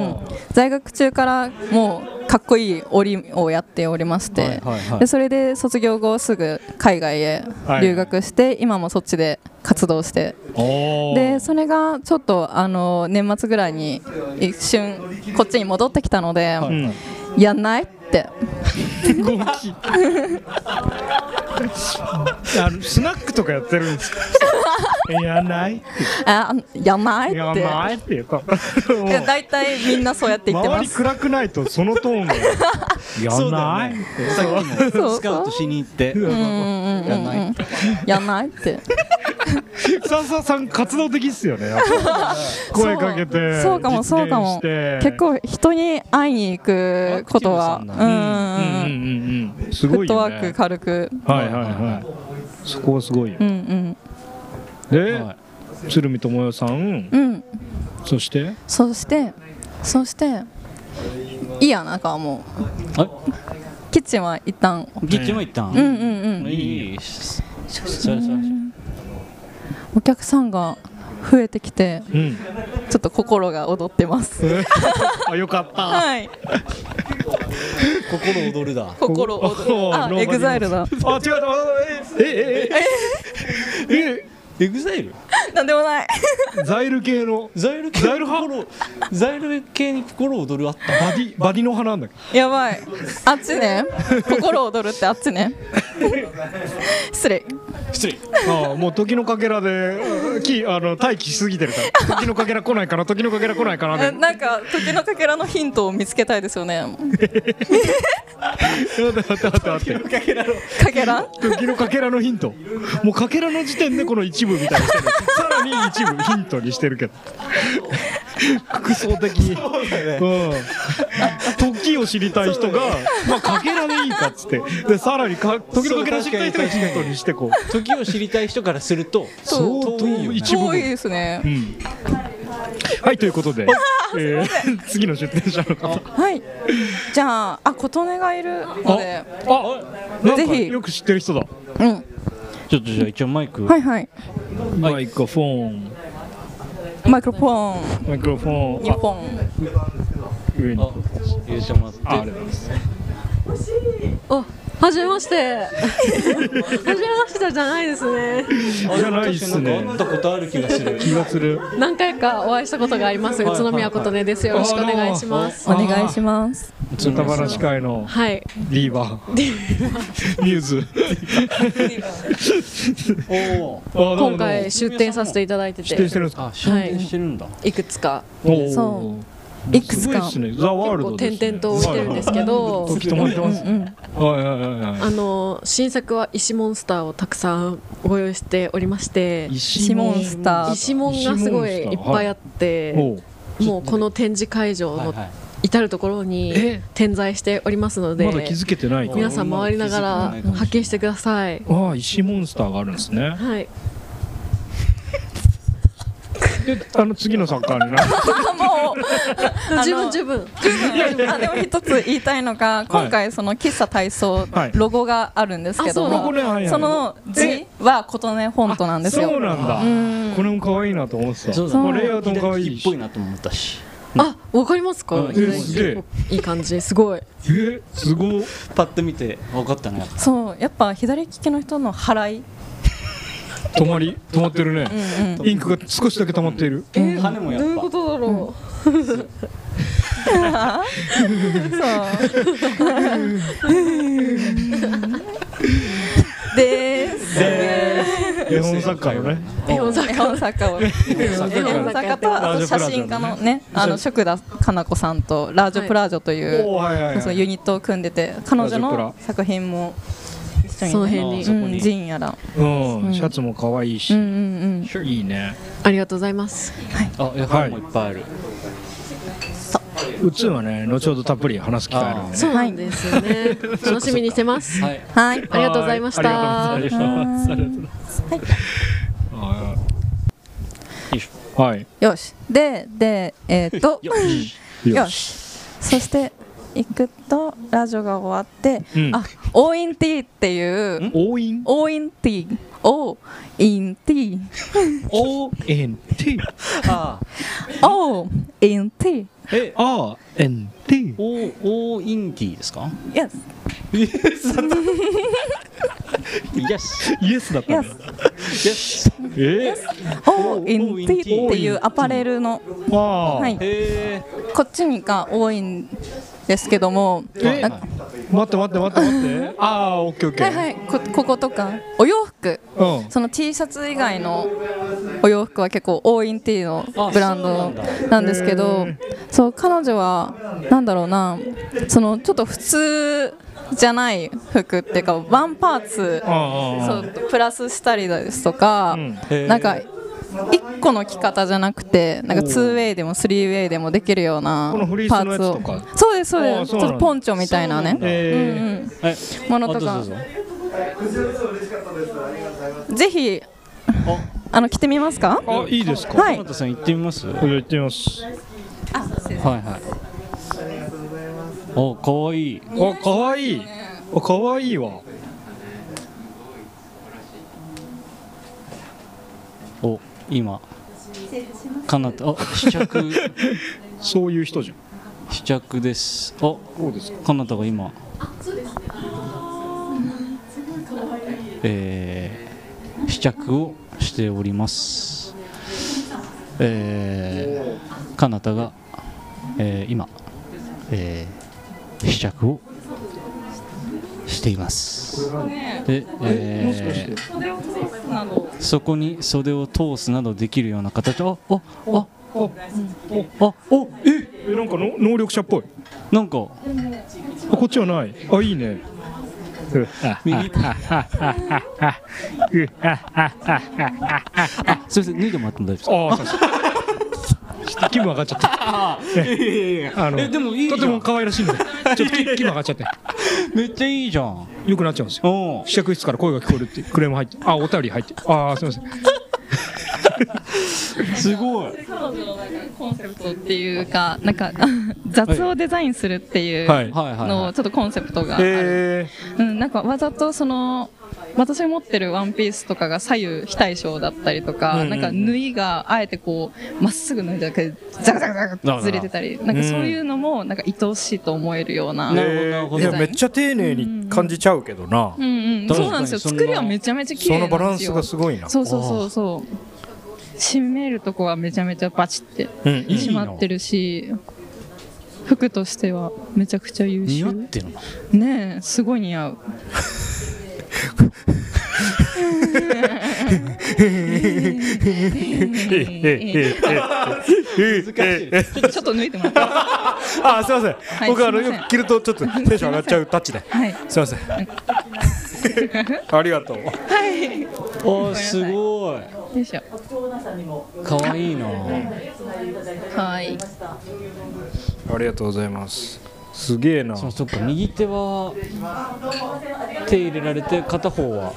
S7: ん、在学中からもうかっこいい折りをやっておりまして、
S1: はいはいはい
S7: でそれで卒業後すぐ海外へ留学して、今もそっちで活動して
S2: ー
S7: でそれがちょっとあの年末ぐらいに一瞬こっちに戻ってきたので、
S2: うん
S7: やんないって
S2: ゴンキあのスナックとかやってるんですかやんない
S7: あやんないって
S2: やんないっていうか
S7: いや大体みんなそうやって言って
S2: 周
S7: ま
S2: り
S7: す。
S2: 暗くないとそのトーンがや
S1: そ
S2: ん
S1: うだ
S2: な
S1: よ
S2: い
S1: ねさっき
S7: そ
S1: も
S7: う
S1: スカウトしに行って
S7: うんうんうんうん
S1: やんない
S7: やんないって
S2: さささん活動的っすよ ねやっぱ 声かけて
S7: そうかも
S2: 実
S7: そう
S2: 現
S7: かも
S2: して
S7: 結構人に会いに行くことは
S1: アクティブ
S2: う
S1: さ
S2: ん
S7: う
S2: うん
S7: ん
S2: うんうんす
S7: フ
S2: ご
S7: ッ
S2: い
S7: ト
S2: よ
S7: ワ
S2: ね
S7: ーク軽く
S2: はいはいはいそこはすごいよ
S7: うんうん
S2: で
S1: はい
S2: 鶴見智代さん
S7: うん
S2: そして
S7: そしてそしていいやなんかもうキッチンは一旦
S1: あギッチも行ったん、
S7: うんうんうん
S1: いいしそれそれ
S7: お客さんが増えてきて
S2: うん
S7: ちょっと心が踊ってます
S2: あよかった
S7: はい
S1: 心躍るだ
S7: 心躍
S2: お
S7: る
S2: ー
S7: あ
S2: ローマ字
S7: エグザイルだ
S2: あ違うえええええ
S1: エグザイル
S7: なんでも ない
S2: ザイル系の
S1: ザイル系
S2: ザイ
S1: に
S2: ル
S1: 心ザイル系に心躍るあった
S2: バディバディの派なんだけ
S7: やばいあっちね心躍るってあっちね失礼
S1: 失礼
S2: どああもう時のかけらできあの待機しすぎてるから時のかけら来ないかな時のかけら来ないかな
S7: え
S2: で
S7: なんか時のかけらのヒントを見つけたいですよね
S2: 待って待って待って
S7: かけら
S2: 時のかけらのヒントもうかけらの時点でこの一部みたいにしてるさらに一部ヒントにしてるけど複層的うん時を知りたい人がまあかけらでいいかっつってでさらにか時のかけら知りたい人がヒントにしてこう
S1: 時を知りたい人からすると
S7: そう
S1: 相当いいよね
S2: 一部
S7: 多いですね
S2: うんはいということで、えー、次の出店者の方
S7: はいじゃああ琴音がいるので
S2: あなんか
S7: ぜひ
S2: よく知ってる人だ
S7: うん
S1: ちょっとじゃあ一応マイク
S7: はいはい
S2: マイクロフォン
S7: マイクロフォン
S2: マイクロフォン
S7: 日
S2: あ
S7: 本
S2: 上に
S1: あ入れてもらって
S2: ああれです
S5: あ、はじめまして。はじめましてじゃないですね。
S2: じゃないっす
S1: 確かになんか会
S2: ね
S1: ったことある気がする
S2: 気がする
S5: 何回かお会いしたことがあります。宇都宮琴音です。よろしくお願いします。
S7: お願いします
S2: 歌話会の
S5: はい。
S2: リーバーミューズ
S1: おお
S2: 今
S5: 今回出展させていただいて、
S2: 出店しててるんですか
S1: あ進展してるんだ、
S5: いくつか
S2: おお
S7: そ
S2: い
S7: いくつ
S2: すごい
S7: か
S2: っすねザワー
S5: 結
S2: ル
S5: 構
S2: ドですね
S5: 点々と置いてるんですけど、
S2: 時止まってますはいはいはいはい
S5: あの新作は石モンスターをたくさんご用意しておりまして、
S7: シモンスター
S5: 石モンがすごいいっぱいあって、
S2: おう
S5: もうこの展示会場
S1: はい
S5: の
S1: はい
S5: 至る所に
S2: え
S5: 点在しておりますので、
S2: まだ気づけてないか
S5: 皆さん回りながら発見してください。
S2: ああ石モンスターがあるんですね
S5: はい。
S2: であの次の作家にな
S7: あもう
S5: 十分十分。
S7: 分 あでも一つ言いたいのが今回その喫茶体操
S2: はい
S7: ロゴがあるんですけど
S5: あそうだロゴ
S2: ねはいは
S7: も
S2: い
S7: その字は琴音フォントなんです
S2: そう
S7: よ
S2: なんだこれも可愛いなと思ってた
S1: そうだ
S2: まあレイアウトも可愛い
S1: 左利きっぽい
S2: し
S1: なと思ったし
S5: あ、わかりますか
S1: う。ん
S5: 左利き
S2: えすげえ
S5: いい感じ、すごい。
S2: えすごい
S1: パッと見て分かったね
S7: そうやっぱ左利きの人の払い
S2: 止まり止まってるね
S7: うん
S2: インクが少しだけ溜まっている
S1: 羽もやっぱ
S5: とだろ
S7: そうです
S2: 絵本作家よね
S5: う。絵本作
S7: 絵本作家を絵本作家とあと写真家のねあの食田かな子さんとラージョプラージョという
S2: おおはいはい
S7: そう
S2: はい
S7: ユニットを組んでて彼
S2: ラー
S7: 女
S2: ジョ
S7: の
S2: プ
S7: 作品も一緒に
S5: その
S7: ね
S5: 辺に
S1: そこ
S7: うん
S1: に
S7: ジンやら
S2: うんシャツも可愛いし
S7: うんうん
S2: いいね
S5: ありがとうございます。
S1: あ絵本もいっぱいある
S2: うつはね後ほどたっぷり話す機会あるんでね
S5: そうなんですよね。楽しみにしてます。
S1: はい
S7: うんはい
S5: ありがとうございました
S2: はいありがとうございますありがとうござい
S1: よいし
S2: ますはい
S7: よしででえっ
S1: ょ
S7: と
S1: よし
S7: よしそして行くとラジオが終わって、
S2: うん
S7: あ応援ティーっていう
S2: 応印
S7: 応援ティー応援ティー
S2: ONT
S1: あ
S7: 応援ティー
S1: え
S2: RNT
S1: おおインティーですか
S7: yes
S1: イエスだったイエス
S2: イエスだったね
S1: イ
S7: yes
S1: エス
S2: えー
S7: 応援ティーっていうアパレルの、
S2: あ
S7: は
S2: ー
S7: い、
S1: え
S7: こっちが多いんですけども
S2: え
S7: なんか
S2: 待って待って待って待ってああオッケーオッケ
S7: はい
S2: ー
S7: はいここことかお洋服
S2: うん
S7: その T シャツ以外のお洋服は結構オーインティーのブランドなんですけどそう彼女はなんだろうなそのちょっと普通じゃない服っていうかワンパーツ
S2: あ
S7: そうプラスしたりですとか、
S2: ん
S1: へー
S7: なんか1個の着方じゃなくてなんか 2way でも 3way でもできるような
S2: このフリー
S7: パ
S2: スのやつ
S7: ーツを
S2: とか
S7: そうですそう
S2: あ
S7: で
S2: ー
S7: す
S2: そ
S7: ち
S2: うなん
S7: ょっ
S2: だ
S7: とポンチョみたいなね
S2: えー
S1: え
S7: ものとか
S1: あどうぞどうぞ
S7: ぜひあの着てみますか
S2: あいいですか
S7: は
S1: 鎌
S7: い
S1: 田さん行ってみますはい
S2: これ行ってみます
S1: はいおかわいい
S2: あ可愛いあ可愛いわ
S1: お今かなたお試着
S2: そういう人じゃん
S1: 試着ですお
S2: どうですか
S1: かなたが今えー試着をしておりますえーかなたが、えー今、えー試着をしていますで、えーそこに袖を通すなどできるような形あああ
S2: あ
S1: あおえ
S2: えなんかの能力者っぽい
S1: なんか
S2: あこっちはないあいいねうあ
S1: 右
S2: うあ
S1: あすみません脱いでもらっても大丈夫ですか
S2: あそうそう気分上がっちゃったあの
S1: えでもいいじゃ
S2: と
S1: ん
S2: ても可愛らしいんでちょっと気気分上がっちゃって
S1: めっちゃいいじゃん
S2: よくなっちゃうんですよ
S1: お
S2: 試着室から声が聞こえるってクレーム入ってあお便り入ってああすみません
S1: すごい
S7: コンセプトっていうかなんか雑をデザインするっていう
S2: はい
S1: はいはい、
S7: の
S1: は
S7: をちょっとコンセプトがある、
S2: え
S7: うん、なんかわざとその私が持ってるワンピースとかが左右非対称だったりとか、
S2: うんうん
S7: なんか縫いがあえてこうまっすぐ縫いじゃなくてザクザクザクってずれてたりなんかそういうのもなんか愛おしいと思えるような、
S1: なるほどなる
S8: え
S1: ほ
S8: ー、
S1: ど
S8: いやめっちゃ丁寧に感じちゃうけどな、
S7: うんうん、
S1: 確かに
S7: そうなんですよ
S1: そんな
S7: 作りはめちゃめちゃ綺
S8: そ
S7: 麗な
S8: の
S7: んですよ
S8: バランスがすごいな
S7: そうそうそうそう締めるとこはめちゃめちゃバチって
S8: うんいい
S7: 締まってるし服としてはめちゃくちゃ優
S1: 似合
S7: 秀
S1: ってるな
S7: ねえすごい似 合う
S8: ええええええええ
S7: ちょっとちょっと抜いてもらって
S8: あすいません、
S7: い
S8: 僕あの
S7: すいま
S8: よ
S7: せん
S8: く着るとちょっとテンション上がっちゃうタッチで
S7: はい
S8: すいません ありがとう
S1: おー
S7: い
S1: すごい
S7: よいしょ
S1: 可愛いな
S7: かわいい
S8: ありがとうございますすげえな
S1: そそっか右手は手入れられて片方は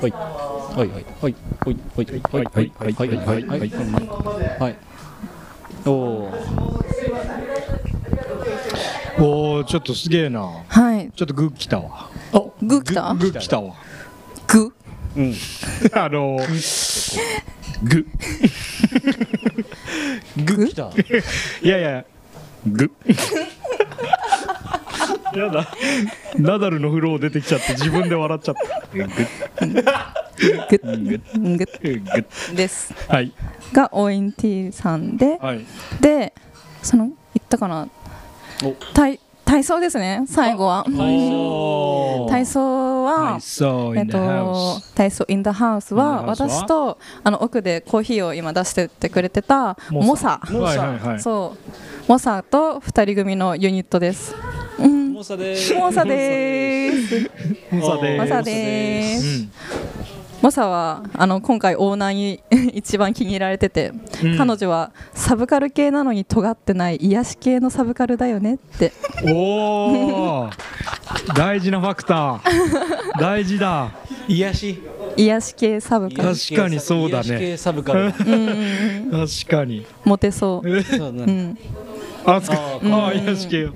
S1: はいはいはいはいはいはいはいはいはいはいはいはいはいはいおお
S2: ー、おおちょっとすげえな
S7: はい
S2: ちょっとグッ来たわ
S7: グー来た
S2: グッ来たわ
S7: グー
S2: あの グ
S1: グきた
S2: いやいや グやだナダルのフロー出てきちゃって自分で笑っちゃったグ
S7: グッグ
S2: グッ
S7: ッです
S2: はい
S7: が ONT さんで
S2: はい
S7: でその言ったかな
S1: お
S7: 体体操ですね最後は
S1: お
S7: 体操は
S2: 体操
S7: え
S2: in
S7: っ
S2: the house
S7: と、体操インダハウスは
S2: In the house は
S7: 私とあの奥でコーヒーを今出してってくれてたモサ
S2: はいはいはい
S7: そうモサと二人組のユニットです、うん、
S1: 重さで
S7: モサでーす
S2: モサで
S7: モ
S2: ー
S7: サ
S2: す
S7: でーすモサはあの今回オーナーに 一番気に入られてて、
S2: うん
S7: 彼女はサブカル系なのに尖ってない癒し系のサブカルだよねって
S2: おお大事なファクタ ー大事だ
S1: 癒し
S7: 癒し系サブカル
S2: 確かにそう
S1: 癒
S2: だね
S1: し系サブカル
S2: 確かに
S7: モテそう
S1: そうだ
S7: う
S1: ね
S7: ん
S2: あつかああ癒し系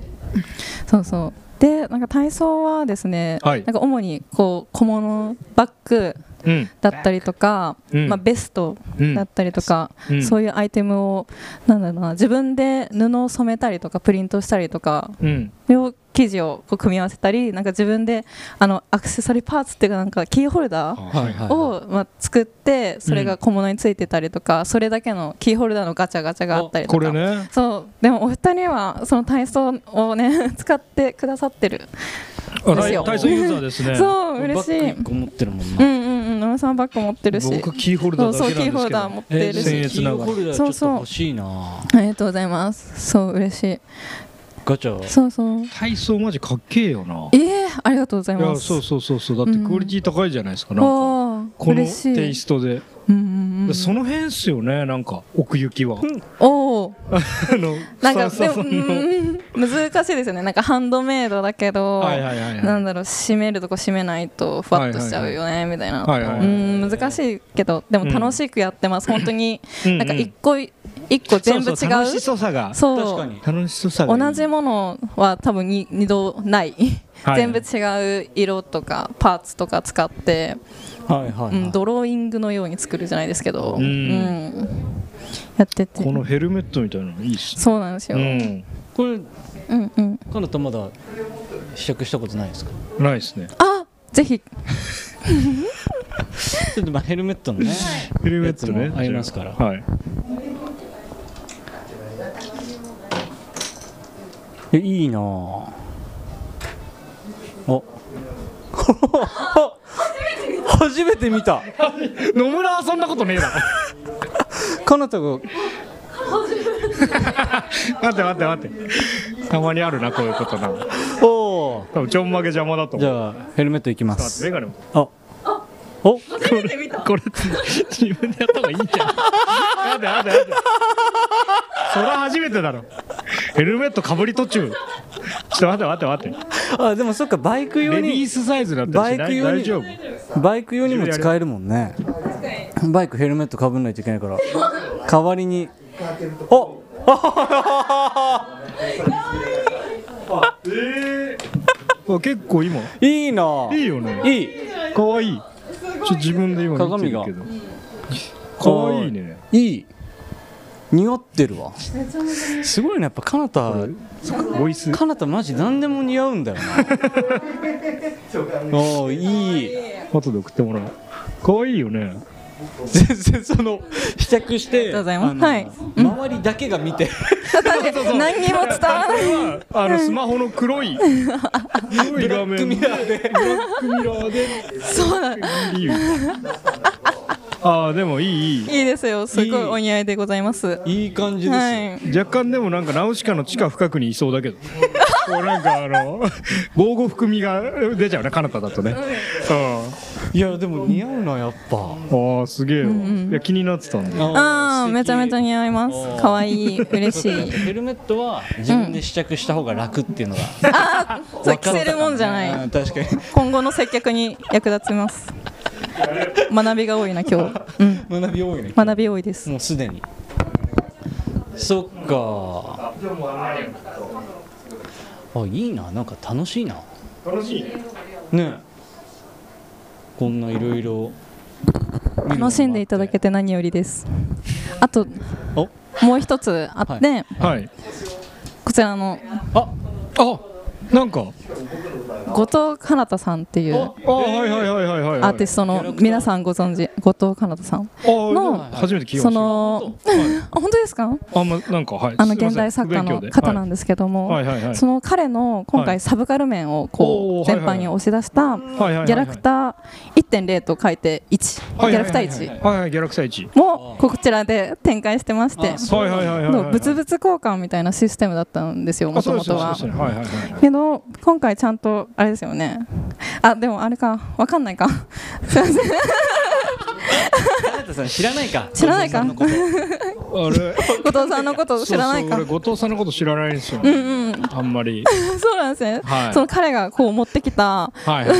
S7: そうそうでなんか体操はですね、
S2: はい
S7: なんか主にこう小物バッグ
S2: うん
S7: だったりとか、
S2: うん
S7: まあ、ベストだったりとか、
S2: うん
S7: そういうアイテムをなんだろうな自分で布を染めたりとかプリントしたりとか
S2: うん
S7: を生地をこう組み合わせたりなんか自分であのアクセサリーパーツっていうかなんかキーホルダー
S1: はいはい
S7: を、まあ、作ってそれが小物についてたりとか、それだけのキーホルダーのガチャガチャがあったりとか
S2: これね
S7: そうでもお二人はその体操をね 使ってくださってる、
S2: あ
S7: ですよ
S2: 体体操ユーザーですね
S7: そう嬉し
S1: バ
S7: い
S1: ッグ一個持ってるもん
S7: う
S1: なん
S7: うんうん野村さんバッグ持ってるし
S2: 僕キーホル
S7: そ
S2: ダー
S7: う
S2: だ
S7: そう
S2: け
S7: キーホ
S2: な
S7: ルダー
S2: ん
S7: 持
S2: で
S7: っ
S2: すけど
S7: てる
S2: えー僭
S7: し、
S2: 越ながら
S1: キーホルダーちょっと欲しいな
S7: ありがとうございますそう嬉しい
S1: ガチャ
S7: そうそう
S2: 体操マジかっけえよな
S7: ええありがとうござい
S2: いや
S7: ます
S2: そうそうそうそうだってクオリティ高いじゃないですか、なんか
S7: わあ
S2: この
S7: 嬉しい
S2: テイストで、
S7: うんうんうん
S2: その辺っすよねなんか奥行きは、
S7: おお
S2: あの
S7: なんか
S2: さ
S7: で
S2: さ
S7: も
S2: さ
S7: うん
S2: の
S7: ん難しいですよねなんかハンドメイドだけど、
S2: はいはいはいはい
S7: なんだろう締めるとこ締めないとふわっとしちゃうよねみたいな、
S2: はいはいはい
S7: うん難しいけどでも楽しくやってます、本当に
S2: うんうん
S7: なんか一個一個全部違
S2: そ
S7: う
S2: うそう楽しそうさが
S7: そう
S1: 確かに
S2: 楽しそうさがいい
S7: 同じものは多分に二度ない、
S2: はい
S7: 全部違う色とかパーツとか使って、
S1: はいはい、
S7: うん、ドローイングのように作るじゃないですけど、
S2: うん
S7: うんやってて
S2: このヘルメットみたいなのいいっすね
S7: そうなんですよ、
S2: うん
S1: これ
S7: うんうん
S1: かなたまだ試着したことないですか
S2: ないですね
S7: あぜひ
S1: ちょっとまあヘルメットのね
S2: ヘルメット
S1: や
S2: ね
S1: つもありますから
S2: はい
S1: えいいなぁ お初めて見た
S2: 野村はそんなことねえだろ
S1: かなたが
S2: 待って待って待ってたまにあるなこういうことな
S1: おー
S2: 多分ちょんまげ邪魔だと
S1: じ
S2: 思う
S1: ゃあヘルメットいきま
S2: 待って
S1: す
S2: メガネも
S1: あお
S2: これ自分でやった方がいいんじゃない待って待って待ってそれは初めてだろヘルメットかぶり途中ちょっと待って待って待って
S1: あでもそっかバイク用
S2: レディ
S1: に
S2: ースサイズだったし
S1: バイク用に
S2: 大丈夫
S1: バイク用にも使えるもんねバイクヘルメットかぶんないといけないから代わりにお
S2: あ結構今
S1: いいなぁ
S2: いいよね
S1: いい
S2: かわいいちょ自分で今見てるけどかわいいね
S1: いい似合ってるわすごいねやっぱかなた
S2: ボイス
S1: かなたマジ何でも似合うん だよなおおいい
S2: 後で送ってもらうかわいいよね
S1: 全然その試着してあり
S7: がとうございますはい
S1: 周りだけが見て
S7: 何にも伝わらない
S2: あのスマホの黒い黒い画面
S1: 組み合わせ
S2: ブラックミラーで
S7: そうなん
S2: いいよああでもいいいい
S7: いいですよすご
S1: い
S7: い
S1: い
S7: お似合いでございます
S1: いい感じですよ、
S7: はい
S2: 若干でもなんかナウシカの地下深くにいそうだけどこうなんかあの防護含みが出ちゃうね彼方だとねう
S1: い、やでも似合うなやっぱ
S2: んああすげえよいや気になってたんで
S7: ああ
S1: ー
S7: めちゃめちゃ似合いま
S1: お
S7: す
S1: ー
S7: 可愛い嬉 しい
S1: ヘルメットは自分で試着した方が楽っていうのが、
S7: それ着せるもんじゃ
S1: う
S7: ない
S1: ん確かに
S7: 今後の接客に役立ちます学びが多いな今日、うん、
S1: 学び多いね
S7: 学び多いです
S1: もうすでにそっかあいいななんか楽しいな
S2: 楽しいね
S1: ねこんないろいろ
S7: 楽しんでいただけて何よりですあと
S1: お
S7: もう一つあって、
S2: はい
S7: こちらの
S1: あ
S2: あなんか
S7: 後藤かなたさんっていう
S2: あはいはいはいはいはい
S7: アーティストの皆さんご存知後藤かなたさん
S2: ト
S7: の
S2: 初めて聞きま
S7: そ
S2: した
S7: のあ本当ですか
S2: あんまなんかはい
S7: あの現代作家の方なん
S2: で
S7: ですけども、
S2: はいはいはいはい
S7: その彼の今
S2: はい
S7: 回サブカル面をこ
S2: お
S7: う
S2: ーはい
S7: 全
S2: はいはい
S7: 般に押し出した
S2: はい
S7: ギ
S2: はいはい
S7: ャラクター1.0と書いて1、
S2: はい
S7: ギ
S2: はいは
S7: ャラク
S2: い
S7: タ
S2: は
S7: ー
S2: い
S7: 1
S2: はいはいギャラクター1
S7: もこちらで展開してまして
S1: あそ
S2: はいはいはいはいはい
S7: 物々交換みたいなシステムだったんですよ
S2: あ
S7: も
S2: そ
S7: と
S2: うで
S7: も
S2: すねそう
S7: と
S2: で
S7: は
S2: す。ねはいはいはい
S7: けど今回ちゃんとあれですよねあでもあれかわかんないかすいません
S1: あなたさん知らないか
S7: 知らないか
S1: 後藤さんのこ
S2: あれ
S7: 後藤さんのこと 知らないか
S2: そうそう俺後藤さんのこと知らないんですよ、ねあんまり
S7: そうなんですね、
S2: はい
S7: その彼がこう持ってき
S2: は
S7: た
S2: いはい
S7: ギ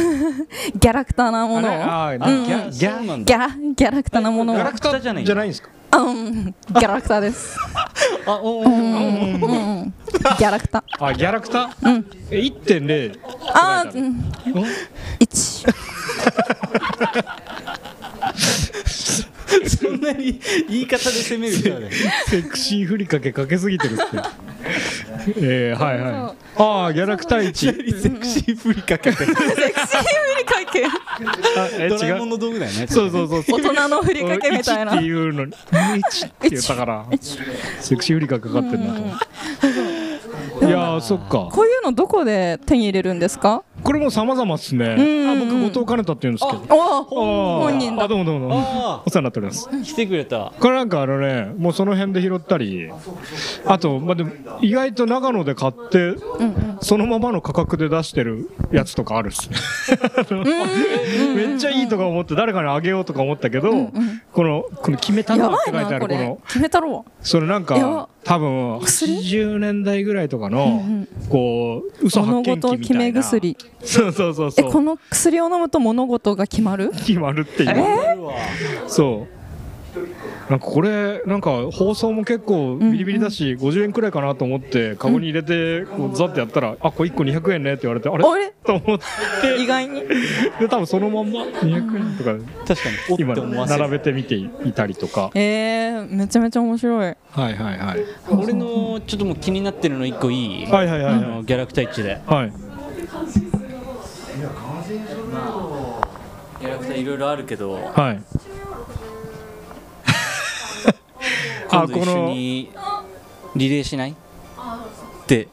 S7: ャラクターなものを
S2: あれあ
S1: と
S2: ー
S1: ギャギャーマン
S7: ギャラギャラクターなものを
S1: ギ
S7: ギ
S1: ャ
S7: ャ
S1: ラクターじゃない
S2: じゃないんですか
S7: ラクターです
S1: あおー
S7: ギャラクター
S2: あギャラクター、うん、え1.0
S7: あーうん一
S1: そんなに言い方で攻める人はね
S2: セクシーふりかけかけすぎてる ってえー、はいはいああギャラクター1
S1: セクシーふりかけて
S7: セクシーふりかけ
S2: あ え
S1: ドラえ
S2: 違
S1: もん
S2: う
S1: の道具だよね
S2: そうそうそうそう
S7: 大人のふりかけみた
S2: 1
S7: い
S2: っ
S7: な
S2: ていうのに1って言ったからセクシーふりかけかかってんなと思っていやーそっか
S7: こういうのどこで手に入れるんですか
S2: これも様々っすね。
S7: うん
S2: あ、僕後藤かなたって言うんですけど。
S7: お
S2: あ
S7: お
S2: ー
S7: 本人だ
S2: あ、どうもどうもどうも。
S1: あ
S2: お世話になっております。
S1: あ来てくれた
S2: これなんかあのね、もうその辺で拾ったり、あと、まあ、でも意外と長野で買って、そのままの価格で出してるやつとかあるっすね。あのめっちゃいいとか思って、誰かにあげようとか思ったけど、この、この決めた
S7: や
S2: のっ
S7: ば
S2: て
S7: い
S2: 書いてあ
S7: な
S2: る、
S7: こ
S2: こ
S7: れ
S2: の、
S7: 決めたろう
S2: それなん
S7: や
S2: か
S7: ば、
S2: 多分、
S7: 薬
S2: 80年代ぐらいとかの、こう、嘘発
S7: 物
S2: 見器みたい
S7: 事
S2: な。
S7: 決め薬
S2: そうそうそう
S7: え
S2: そう。
S7: この薬を飲むと物事が決まる
S2: 決まるっていう、そうなんかこれなんか放送も結構ビリビリだし、50円くらいかなと思ってカゴに入れてこうザッてやったら「あこれ1個200円ね」って言われて「あれ?」
S7: あれ
S2: と思っ
S7: 意
S2: て
S7: 外に
S2: で多分そのまんま200円とか
S1: 確かにお
S2: 今
S1: って思わせ
S2: 並
S1: る
S2: べてみていたりとか
S7: えー、めちゃめちゃ面白
S2: は
S7: い
S2: いはいはい
S1: 俺のちょっともう気になってるの一個いい、
S2: はいはいはい
S1: あ
S2: は
S1: のギャラクタイチで
S2: い、はい、
S1: ギャラクタイいろいろあるけど
S2: はい。
S1: 今度一緒にリレーしないって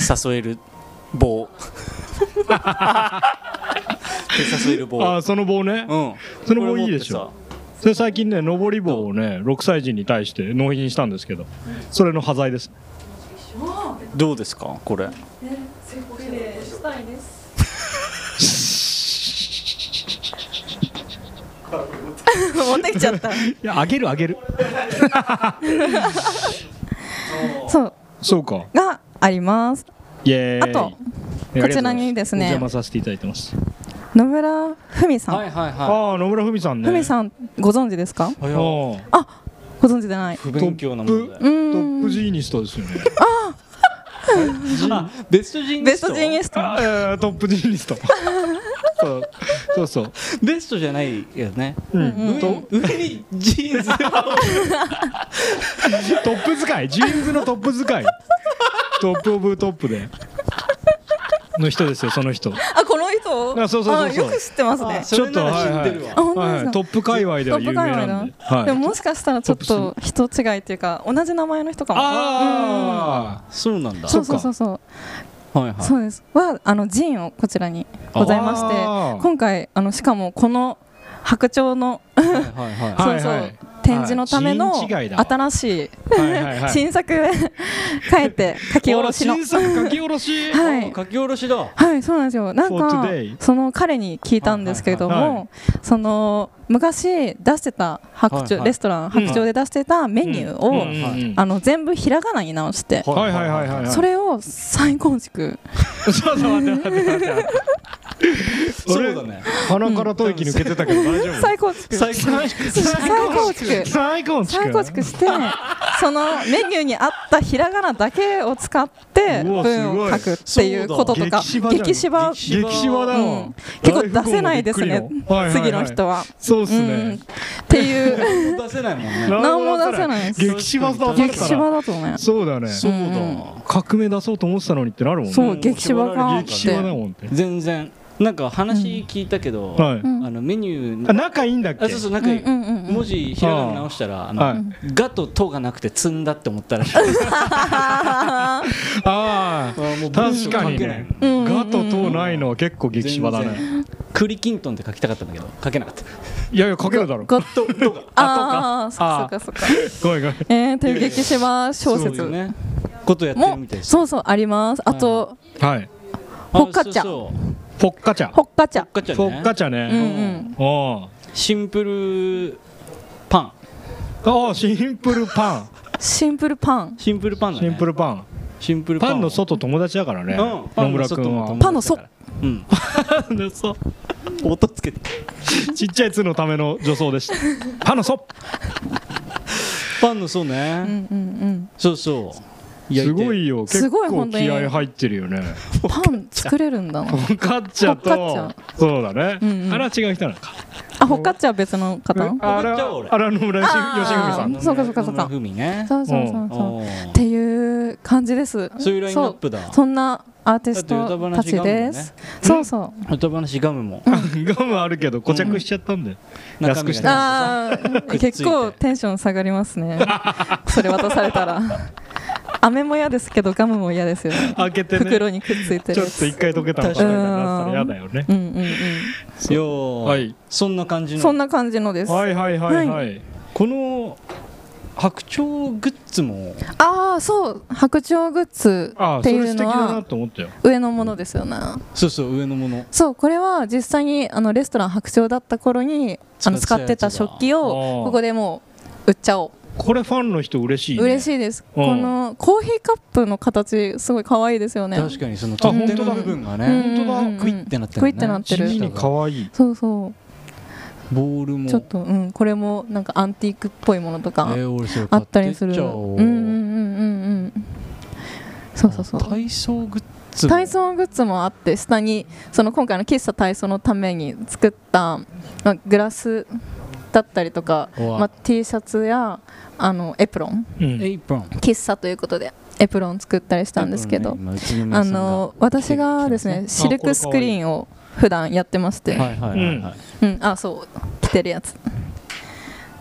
S1: 誘える 棒って誘える棒
S2: あーその棒ね、
S1: うん
S2: その棒いいでしょそれ最近ね上り棒をね6歳児に対して納品したんですけどそれの端材です
S1: これ持ってさどうですかこれ
S7: 持ってきちゃった
S2: いやあげるあげる
S7: そう
S2: そうか
S7: があります
S2: イエーイ
S7: あと
S2: え
S7: こちらにですね
S2: ありがとうございますお邪魔させていただいてます
S7: 野村文さん、
S1: はいはいはい
S2: ああ野村文さんね
S7: 文さんご存知ですか
S1: あいや
S2: ああ
S7: ご存知でない
S1: 不勉強なもんだよ
S7: う
S2: ト
S7: ー
S2: ップ
S7: ん
S2: ジーニストですよね
S1: あベストジーニ
S7: ベ
S1: ス
S7: ス
S1: ト
S7: トジーニス ト
S2: あートップジーニ ストそうそうそう
S1: ベストじゃないよね
S2: うんと
S1: 上にジーンズは
S2: トップ使いジーンズのトップ使いトップオブトップでの人ですよその人
S7: あこの人
S2: あそうそうそうそう
S7: あよく知ってますね
S1: それなら知ってるわ
S7: あ本当です
S2: はい
S7: か
S2: トップ界隈では有名なんで
S7: トップ界隈だ
S2: はい
S7: でももしかしたらちょっ
S2: トッ
S7: と人違いっていうか同じ名前の人かも
S2: あ
S1: そうなんだ
S7: うんそう
S2: そ
S7: そ
S2: っか
S7: うそうそう
S1: はいはい
S7: そうですはあのジーンをこちらにございまして
S2: あー
S7: 今回あのしかもこの白鳥の
S1: はいはいはい
S2: はい
S7: そうそう
S2: はい
S7: 展示のための
S2: ジーン違いだわ
S7: 新しい
S2: あはい はいはい
S7: 新作書いて書き下ろしの
S2: あ新作書き下ろし
S7: は
S1: あ
S7: い
S1: 書き下ろしだ
S7: はいそうなんですよなん
S2: For
S7: か
S2: today
S7: その彼に聞いたんですけれど
S2: はいはいはいは
S7: もその昔出してた白
S1: はいは
S7: 鳥
S1: い
S7: レストラン白鳥で出してたメニュー
S2: うんう
S7: を
S2: んうん
S7: あの全部ひらがなに直して
S2: はいはいはいはいはい
S7: それを再構築
S2: そうそう待って待って待って待って
S1: そうだね
S2: 俺鼻から吐息抜けてたけど大丈 夫
S7: 再構 築
S1: 最高
S7: 再構築
S2: 最高
S7: 再構築してそのメニューに合ったひらがなだけを使って
S2: うわすごい
S7: 文を書くっていうこととか
S2: そうだ激
S7: 激
S2: し
S7: しば
S2: 激しわだ
S7: う
S2: わ
S7: ん結構出せないですね次の人
S2: は
S7: は。
S2: そうっす
S7: うんっ
S2: ね
S7: て いう
S1: 出せないもんね
S7: 何も出せないです
S2: 激しわだ
S7: 激しばだとね
S2: そうだね
S1: そうだ、
S7: うん
S2: 革命出そうと思ってたのにってなるもんね
S7: そう激しばがあっ
S2: 激しわだ
S7: て
S2: もんって
S1: 全然なんか話聞いたけど、
S2: はい
S1: あのメニュー
S2: あ仲いいんだっけ
S1: あそうそうなんか
S7: うんうんうん
S1: 文字ひらがな直したら「あの
S2: はい
S1: が」と「と」がなくて「積んだ」って思ったらしい あ
S2: ああ
S1: ーもう文章書け
S2: 確か
S1: な
S2: に
S1: い
S2: ねガととないのは結構激しばだ
S1: 全
S2: ね
S1: 然栗きんとんって書きたかったんだけど書けなかった
S2: いやいや書けるだろ
S7: ゴッ
S1: ととが
S7: ああそ
S2: あ
S7: っかそっか
S2: ごめんごめん
S7: えーという激しば小説
S1: そういうねことやってる
S7: も
S1: みたいです
S7: そうそうありますあと
S2: はい
S7: ほっかちゃ
S1: あそう
S2: ポッカチャ
S7: ほっかち
S1: そう
S7: ゃ
S1: ほっかちゃ
S2: ポッカ
S1: ね
S2: チャ
S7: うんう
S2: ね
S7: ん
S2: お
S1: シンプルパン
S2: おあシンプルパン
S7: シンプルパン
S1: シンプルパンだ
S2: シ
S1: ね
S2: ンプルパン
S1: シンプルパン
S2: パンの外友達だからね
S1: うんパ
S2: 野
S1: ンの
S2: 村
S1: 外
S2: 君
S1: も
S2: は
S1: 友達
S7: パンの外
S1: だからうんパンの外音つけて
S2: ちっちゃい「つ」のための女装でしたパンの外
S1: パンのそうね、
S7: うんうん
S1: そうそう
S2: すご
S1: い
S2: いよ結
S7: すごい
S2: 構
S7: 本当に
S2: 気合入ってるよね
S7: うんパン作れるんだな
S2: ポッカチャ
S7: ポッ
S2: と
S7: カ
S2: そうだね
S7: うんうん
S2: あれは違う人なのか
S7: あほっかちゃは別の方
S2: えあれ
S1: ポッカチャは俺
S2: はあれは野村よし
S7: あー
S2: よしぐみさん
S7: あそうかそうかそうか
S1: ふみね
S7: そうそうそうそう
S1: お
S7: っ
S1: ー
S7: ていう感じです。
S1: そういうラインナップだ
S7: そうそんなアーティス
S1: だって歌
S7: ト
S1: 話
S7: たちです。そうそう。
S1: 歌話ガムも
S2: ガムあるけど固着しちゃったんで安くし
S1: 中身
S2: て
S1: が
S7: ああ
S1: くっついて
S7: 結構テンション下がりますね。それ渡されたら。飴も嫌ですけどガムも嫌ですよね
S2: 開けてね
S7: 袋にくっついて
S2: ち
S7: る
S2: ょ
S7: や
S2: っと一
S7: つ
S2: 回溶けたのかなってなったら嫌だよね
S7: うんうん
S1: よー
S2: はい
S1: そんな感じ
S7: うん
S1: の
S7: そんな感じのです、
S2: はいはいはいは
S7: はい
S1: この白鳥グッズも
S7: ああそう白鳥グッズ
S2: あそ
S7: って
S2: れ
S7: いう
S2: 素敵
S7: の
S2: だな
S7: は
S2: と思ったよ
S7: 上のものですよね
S1: そうそう上のもの
S7: そうこれは実際にあのレストラン白鳥だった頃にあの
S1: 使
S7: 使
S1: っ
S7: ってて
S1: たや
S7: た
S1: つだ
S7: 食器を
S2: あー
S7: ここでもう売っちゃおう
S2: これファンの人嬉しいね
S7: 嬉しいです、
S2: うん
S7: このコーヒーカップの形すごい可愛いですよね
S1: 確かにその取っ手
S2: 本当
S1: の
S2: だ
S1: 部分が
S7: うん
S1: ね
S7: うんうん
S1: クイッてなってる
S7: ク
S1: ね
S7: イッてなって
S2: 地
S7: る
S2: 味に可愛い
S7: そうそ
S1: ボール
S7: う
S1: も
S7: ちょっとうんこれもなんかアンティークっぽいものとか
S1: えー俺それ
S7: あ
S1: 買
S7: った
S1: ってっ
S7: りする
S1: ちゃ
S7: うん
S1: おうん
S7: ううんうんうんそうそうそう
S1: 体操グッズも
S7: 体操グッズもあって下にその今回の喫茶体操のために作った、まあ、グラスだったりとか、
S1: うわ
S7: まあ、T シャツやあのエプロン
S2: うん
S1: エイプロン
S7: 喫茶ということでエプロン作ったりしたんですけど、
S1: 今うちの
S7: あ
S1: 皆さんが
S7: の私がですねシルクスクリーンを普段やってまして、
S1: はいはいはいはい
S7: うん、あそう着てるやつ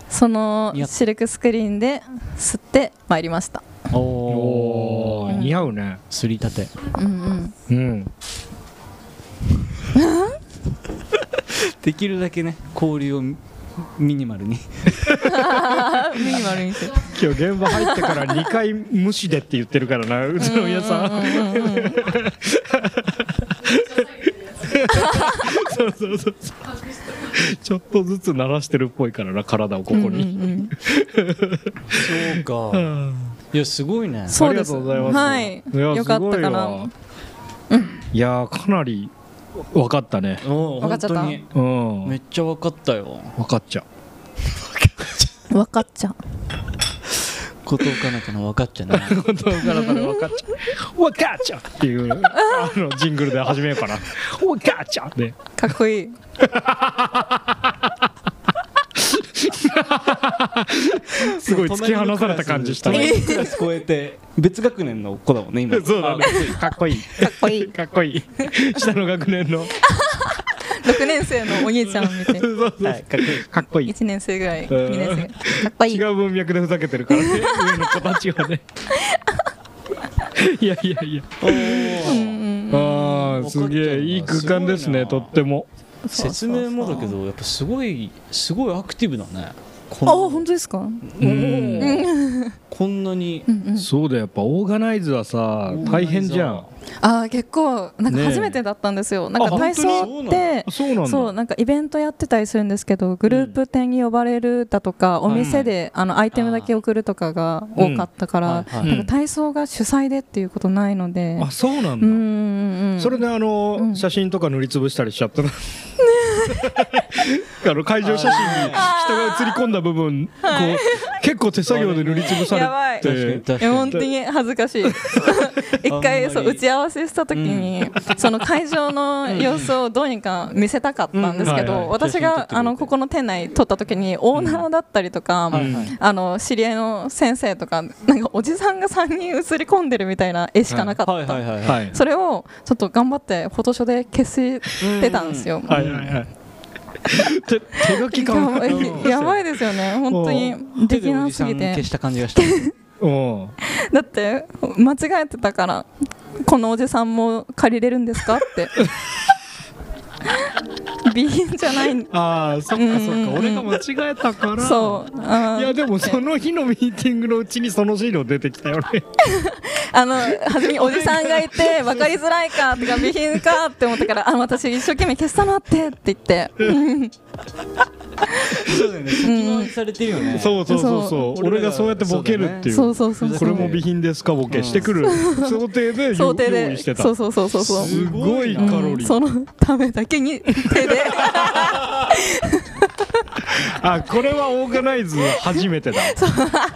S7: その
S1: 似合って
S7: シルクスクリーンで吸ってまいりました
S1: お
S2: お
S1: お
S2: ー似合うね
S1: すりたて
S7: うんうん
S2: うん
S1: できるだけね交流をミミニマ ルに
S7: ミニマルにして
S2: 今日現場入ってから2回無視でって言ってるからな宇都宮さんそうそうそうそうちょっとずつ慣らしてるっぽいからな体をここに、
S7: うんうんうん
S1: そう
S2: う
S1: か
S2: ん
S1: いやすごいね
S7: そうです
S2: ありがとうございます
S7: はい
S2: いや
S7: よかったか
S2: すごいわ
S7: ない
S2: やーかなり分かったね
S1: おー
S7: わかっちゃった
S1: 本当に
S2: うん
S1: め
S2: 分
S1: っちゃ分かったよ
S2: かっちゃう
S7: 分かっちゃう
S1: ことをかなかの分かっちゃね
S2: 本当からだね分かっちゃう分かっちゃうっていうあのジングルで始めようかな分かっちゃうね
S7: かっこいい
S2: すごい突き放された感じしたね
S1: 隣のクラス超えて別学年の子だもんね今
S2: そうだねかっこいいかっこいいかっこいい下の学年の
S7: 6年生のお兄ちゃん みたいな
S1: あ はいかっこいい
S2: かっこいい
S7: 1年生ぐらい
S2: うん
S7: 2年生かっこいい
S2: 違う文脈でふざけてるからね上の子たちは ねいやいやいや
S1: おー
S2: あーすげえいい空間ですね
S1: すごい
S2: と
S1: な
S2: っても
S7: そう
S1: 説
S7: そうそう
S1: 明もだけどやっぱすごいすごいアクティブだねこ
S7: あ
S1: の
S7: 本当ですか
S1: うんこんなに
S2: そうだやっぱオーガナイズはさ大変じゃん
S7: あー結構なんか
S2: ねえ
S7: 初めてだったんですよ、なん
S2: あ
S7: か
S1: 本
S7: 体
S1: 当
S7: 操
S1: に
S7: って
S2: あそうなんだ
S7: そうなんかイベントやってたりするんですけどグループ店に呼ばれるだとか、お店であのアイテムだけ送るとかが多かったから、
S1: うんはい
S2: はい
S7: なんか体操が主催でっていうことないので、
S2: あそうな
S7: うん
S2: だ
S7: んうん
S2: それであの、
S7: うん
S2: 写真とか塗りつぶしたりしちゃ ったなあの会場写真に人が写り込んだ部分こう結構手作業で塗りつぶ
S7: や
S2: さ
S7: ばい
S2: れ
S1: 確か
S2: て
S1: に確
S7: いや
S1: か
S7: 本
S1: に
S7: 当に恥ず かしい一回そう打ち合わせした時に、その会場の様子をどうにか見せたかったんですけど、
S2: うんはいはい
S7: 私
S1: 写真撮っ
S7: が
S1: てくれて
S7: あのここの店内撮った時にオーナーだったりとか、
S1: はいはい
S7: あの知り合いの先生とかなんかおじさんが3人写り込んでるみたいな絵しかなかった、
S1: はいはいはい
S2: はい
S7: それをちょっと頑張ってフォトショーで消してたんですよ。
S2: はいはい はい手手書き感が
S7: ややばい ですよね本当にで
S1: 手
S7: き
S1: でお
S7: な
S1: じ
S7: す
S1: さん
S7: ぎて
S1: 消した感じがした
S2: うん
S7: だって間違えてたからこのおじさんも借りれるんですかって 備品じゃない
S2: ああそっかそっか
S7: うん
S2: 俺が間違えたから
S7: そうあ
S2: いや
S7: ー
S2: でもその日のミーティングのうちにその資料出てきたよね
S7: あの初めにおじさんがいて分かりづらいかとか備品かって思ったからあ私一生懸命消したなってって言って
S1: そうだよね先回りされてるよね
S2: そうそうそうそう
S1: そう
S2: 俺がそうやってボケるっていう
S7: そうそうそう
S2: こ
S7: そ
S2: れ
S7: う
S2: も備品ですかボケしてくる想定で
S7: 想定
S2: 用意
S7: で
S2: してた
S7: そうそうそうそうそう
S2: すごいカロリー
S7: そのためだけに手で
S2: あこれはオーガナイズ初めてだ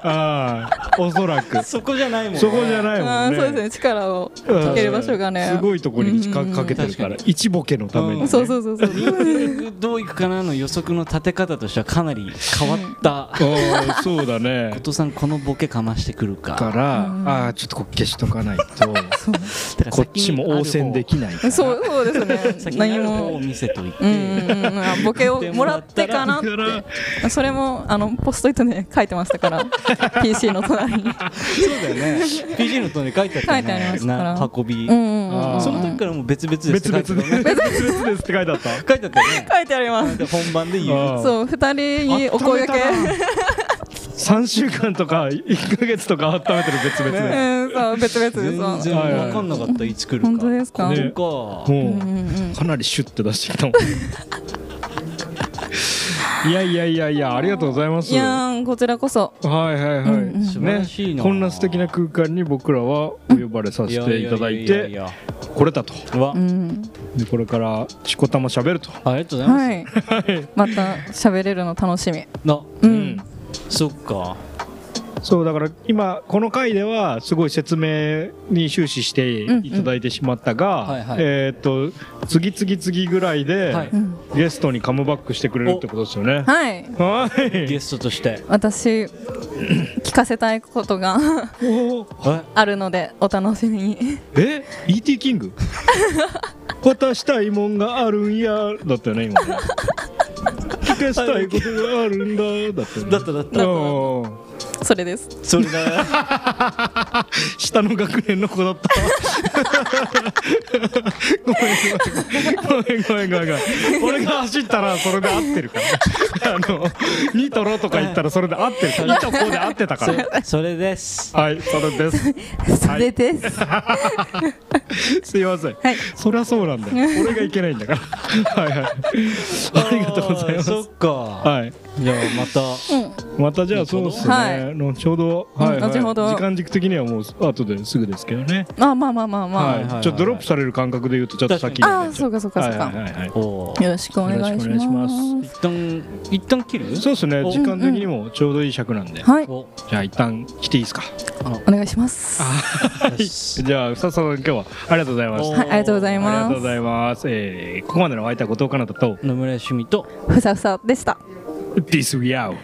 S2: ああおそらく
S1: そこじゃないもんね
S2: そこじゃない
S7: あ
S2: もん
S7: ー
S2: ね
S7: そうですね力を
S2: うん
S7: かける場所がね
S2: すごいところにかかけてるから一ボケのためにね
S7: そうそうそうそう
S1: どういくかなの予測の立て方としてはかなり変わった
S2: あーそうだね
S1: お父さんこのボケかましてくる
S2: か
S1: から
S2: ああちょっとこう消しとかないと
S1: だから
S2: こっ
S1: 先
S2: ち
S1: に
S2: も応戦でき
S1: ある
S2: ない
S7: そうそうです
S1: 先
S7: ね
S1: にあ
S7: 何
S1: る方を
S7: も
S1: 見せといて、
S7: うんうんうんあボケをもらってかなっ
S2: だから
S7: てそれもあのポストイットで書いてましたから PC の隣に
S1: そうだよね PG のとね書いてあったよ
S7: 書いてあり
S1: ね
S7: ますから
S1: な運び、
S7: うんうんうんうん
S2: あー
S1: その時からもう別々です
S2: 別々
S1: って
S2: で別
S1: 書いてたよね
S2: 々ですって書いてあった
S1: 書いてあったよね
S7: 書いてあります
S1: で本番で言う
S2: あー
S7: そう二人にお声掛け
S2: 3週間とか1ヶ月とか温めてる別々で、
S7: うんそう別々です
S1: 全然分かんなかったいつ来るか
S7: 本当ですか
S1: ここか
S2: もう、
S7: うんうん
S2: かなりシュッて出してき たもんいやいやいやいやありがとうございます
S7: いやーこちらこそ
S2: はいはいはい、
S7: うんうん
S1: 素晴らしいな
S2: こんな素敵な空間に僕らはお呼ばれさせていただい
S1: やや
S2: て
S1: や
S2: これたと
S1: やわ
S7: うん
S2: でこれからしこたましゃべると
S1: ありがとうございます
S7: はいまた喋れるの楽しみ
S1: な
S7: うん
S1: そっか
S2: そうだから今この回ではすごい説明に終始していただいてしまったが、
S1: うんはいはい
S2: えーっと次々次ぐらいで、
S1: はい
S7: うん
S2: ゲストにカムバックしてくれるってことですよね
S7: はい
S2: はい
S1: ゲストとして
S7: 私聞かせたいことが
S2: おー
S1: え
S7: あるのでお楽しみに
S2: え E.T. キ ング渡したいもんがあるんやだったよね今ね聞かしたいことがあるんだだったよね
S1: だっただった
S2: うん
S7: それです
S1: それだ
S2: 下の学年の子だったごめんごめんごめんごめんごめんごめん俺が走ったらそれで合ってるからあの「ニトロ」とか言ったらそれで合ってるから「ニトコ」で合ってたから
S1: そそれです
S2: はいそれです
S7: それです、
S2: すいません、
S7: はい
S2: そりゃそうなんだよ俺がいけないんだからはいはい ありがとうございます
S1: あーそっか
S2: はい
S1: じゃあまた
S2: またじゃあそうですね、
S7: はい
S2: 後ほど、
S7: うん
S2: はいはい
S7: 後ほど
S2: 時間軸的にはもう後ですぐですけどね、
S7: まあまあまあまあまあ、
S2: はい
S1: はいはい
S2: ちょっとドロップされる感覚で言うとちょっと先に
S7: ああそうかそうかそうか、
S2: はいはいはいはい
S1: おー
S7: よろしくお願いします
S2: よろしくお願いし
S1: 一旦一旦切る
S2: そうですね
S1: お
S2: 時間的にもちょうどいい尺なんで、
S7: はい
S1: お
S2: じゃあ一旦来ていいですか
S7: お願いしますは
S1: よし
S2: じゃあふささん今日はありがとうございまし
S1: お
S2: た
S1: ー
S7: いありがとうござい
S2: ありが
S7: ま
S2: とうございます、えーここまでのお相手は後藤かなたと
S1: 野村趣味と
S7: すふさふさでした
S2: Peace we out